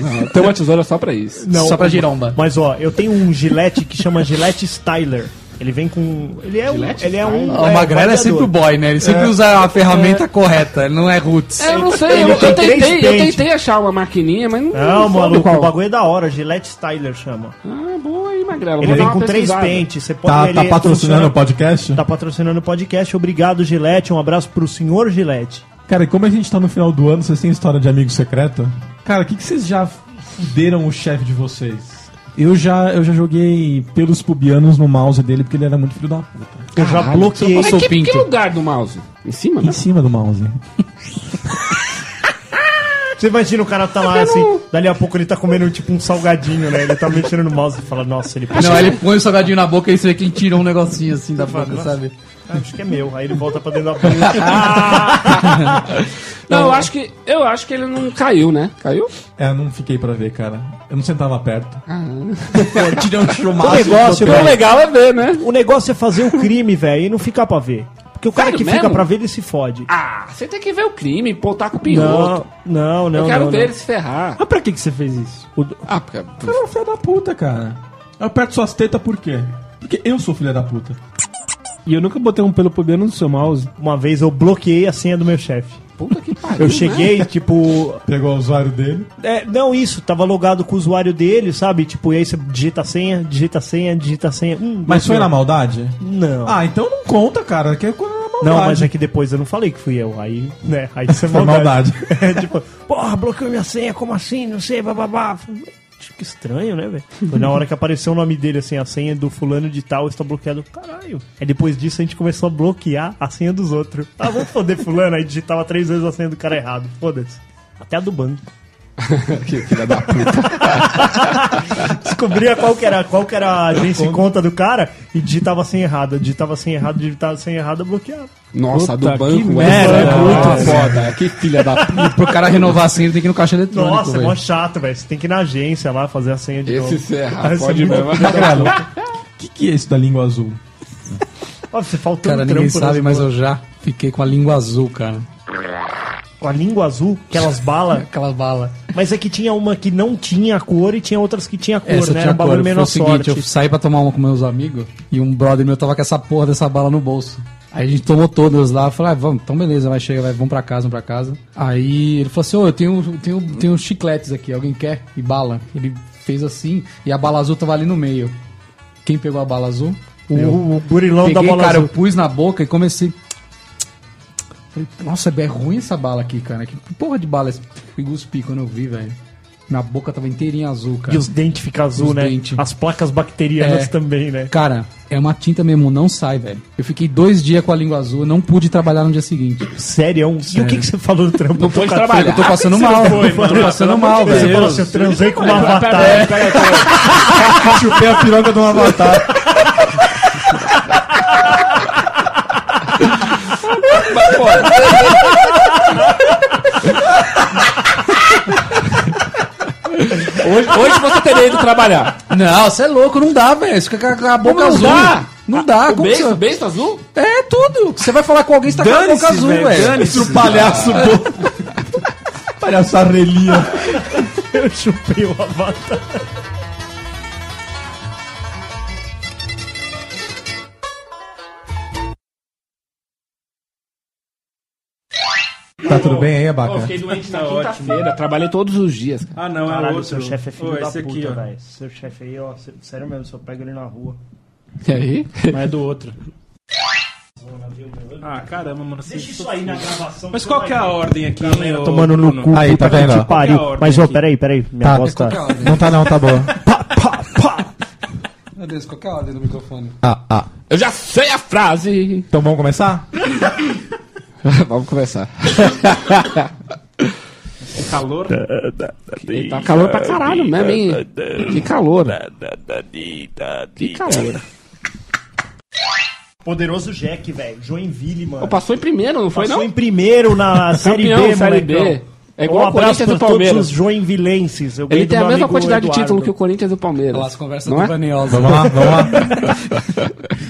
não, não. É, Tem uma tesoura só pra isso. Não, só pra giromba. Mas ó, eu tenho um gilete que chama Gilete Styler. Ele vem com. Ele é um. Ele é um O Magrela é um sempre o boy, né? Ele sempre usa a ferramenta correta, ele não é roots. É, eu não sei, eu, Ele eu tem três tentei, eu dentes. tentei achar uma maquininha, mas não. Não, sabe maluco, qual. o bagulho é da hora, Gillette Styler chama. Ah, boa aí, Magrela. Ele vou dar vem uma com três pesquisada. pentes, você pode Tá, ele tá patrocinando funciona- o podcast? Tá patrocinando o podcast, obrigado Gillette, um abraço pro senhor Gillette. Cara, e como a gente tá no final do ano, vocês têm história de amigo secreto? Cara, o que, que vocês já fuderam o chefe de vocês? Eu já, eu já joguei pelos pubianos no mouse dele porque ele era muito filho da puta. Eu já bloqueei. Mas Sou que, pinto. que lugar do mouse? Em cima? Em né? cima do mouse. Você imagina o cara tá É lá assim, dali a pouco ele tá comendo tipo um salgadinho, né? Ele tá mexendo no mouse e fala, nossa, ele Não, aí ele põe o salgadinho na boca e você vê que ele tirou um negocinho assim da boca, sabe? Ah, acho que é meu. Aí ele volta pra dentro da boca. Não, eu acho que eu acho que ele não caiu, né? Caiu? É, eu não fiquei pra ver, cara. Eu não sentava perto. Tirou um chumaço. o negócio, O legal é ver, né? o negócio é fazer o crime, velho, e não ficar pra ver. Porque o cara Sério que fica mesmo? pra ver, ele se fode. Ah, você tem que ver o crime, botar com o Não, piloto. não, não. eu quero não, ver não. ele se ferrar. Mas pra que, que você fez isso? O- Ah, porque. Eu era um filho da puta, cara. Eu aperto suas tetas por quê? Porque eu sou filha da puta. E eu nunca botei um pelo pubiano no seu mouse. Uma vez eu bloqueei a senha do meu chefe. Puta que pariu. Eu cheguei, tipo. Pegou o usuário dele. é, não, isso, tava logado com o usuário dele, sabe? Tipo, e aí você digita a senha, digita a senha, digita a senha. Hum, Mas foi bloqueou. na maldade? Não. Ah, então não conta, cara. Que é quando era maldade. não, mas é que depois eu não falei que fui eu. Aí, né? Aí você Foi maldade. [LAUGHS] É, tipo, porra, bloqueou minha senha, como assim? Não sei, bababá. Falei, "Acho Que estranho, né, velho? Foi na hora que apareceu o nome dele, assim, a senha do fulano de tal está bloqueado. Caralho. Aí depois disso a gente começou a bloquear a senha dos outros. Ah, vamos foder fulano. Aí digitava três vezes a senha do cara errado. Foda-se. Até a do banco. né? Descobria qual que era, qual que era a agência e conta do cara e digitava a senha errada. Digitava a senha errada, digitava a senha errada, bloqueava. Nossa, a do Puta, banco. é que do merda. banco, Muito nossa. foda, que filha da puta. Pro cara renovar a senha, ele tem que ir no caixa eletrônico. Nossa, é velho. mó chato, velho. Você tem que ir na agência lá fazer a senha de Esse novo. ferra, Esse é [LAUGHS] pode muito mesmo. O que, que é isso da língua azul? Ó, você faltou Cara, um ninguém trampo sabe, nas mas boas. eu já fiquei com a língua azul, cara. Com a língua azul, aquelas balas. Aquela bala. mas é que tinha uma que não tinha cor e tinha outras que tinha cor, Essa né? Era É, tinha um bagulho cor. Foi o menos seguinte, sorte. eu saí pra tomar uma com meus amigos e um brother meu tava com essa porra dessa bala no bolso. Aí a gente tomou todas lá, eu falei, ah, vamos, então beleza, vai, chega, vai, vamos pra casa, vamos pra casa. Aí ele falou assim, ô, eu tenho, tenho, tenho chicletes aqui, alguém quer? E bala. Ele fez assim, e a bala azul tava ali no meio. Quem pegou a bala azul? O, o burilão da Peguei, bola cara, eu azul. pus na boca e comecei. Falei, Nossa, é ruim essa bala aqui, cara. Que porra de bala é esse e cuspi quando eu vi, velho. Na boca tava inteirinha azul, cara. E os dentes ficam azul, Os né? dentes. As placas bacterianas É. também, né? Cara, é uma tinta mesmo, não sai, velho. Eu fiquei dois dias com a língua azul, não pude trabalhar no dia seguinte. Sério? é um- E o que, que você falou do trampo? Não pode trabalhar. Eu tô [LAUGHS] passando mal, foi, eu tô passando mal, Você velho. falou assim, eu transei com uma Pera, avatar. pera, pera, pera. Chupei a piroca de um avatar. Mas, pô, Hoje, hoje você teria ido trabalhar. Não, você é louco, não dá, velho. Você fica com a boca não azul. dá? Não dá, o como beijo, você... beijo azul? É tudo. Você vai falar com alguém, você tá com a boca azul, velho. Esse um palhaço bom. Palhaço arrelia. Eu chupei o avatar. Tá tudo bem aí, Abaca? doente na né? quinta-feira, trabalhei todos os dias. cara. Ah, não, Caralho, seu chefe é filho Ô, da esse aqui, puta, ó. velho. Seu chefe aí, ó, sé- sério mesmo, só pega ele na rua. E aí? Mas é do outro. Ah, caramba, mano. você- Deixa isso aí na gravação. Mas qual que é a ordem aqui? hein, ô- Tomando no cu, Aí, tá puta que vendo? te pariu. Qual que é a Mas, ordem ô, aqui? peraí, peraí. Minha Tá. voz tá... é Qualquer ordem. Não tá não, tá [LAUGHS] boa. Meu Deus, qualquer ordem do microfone. Ah, ah. Eu já sei a frase. Então vamos começar? Vamos começar. Calor? E tá calor pra caralho mesmo, hein? Que calor. Que calor. Poderoso Jack, velho. Joinville, mano. Pô, passou em primeiro, não foi Passou não? em primeiro na Série Campeão, B, Série molecão. B. É igual um o Corinthians abraço e pra o Palmeiras. todos os joinvilenses. Eu ganhei Ele do tem a meu mesma amigo quantidade de título que o é? Eduardo. Corinthians e o Palmeiras. Olha lá, as conversas não do é? Daniel. Vamos lá, vamos lá.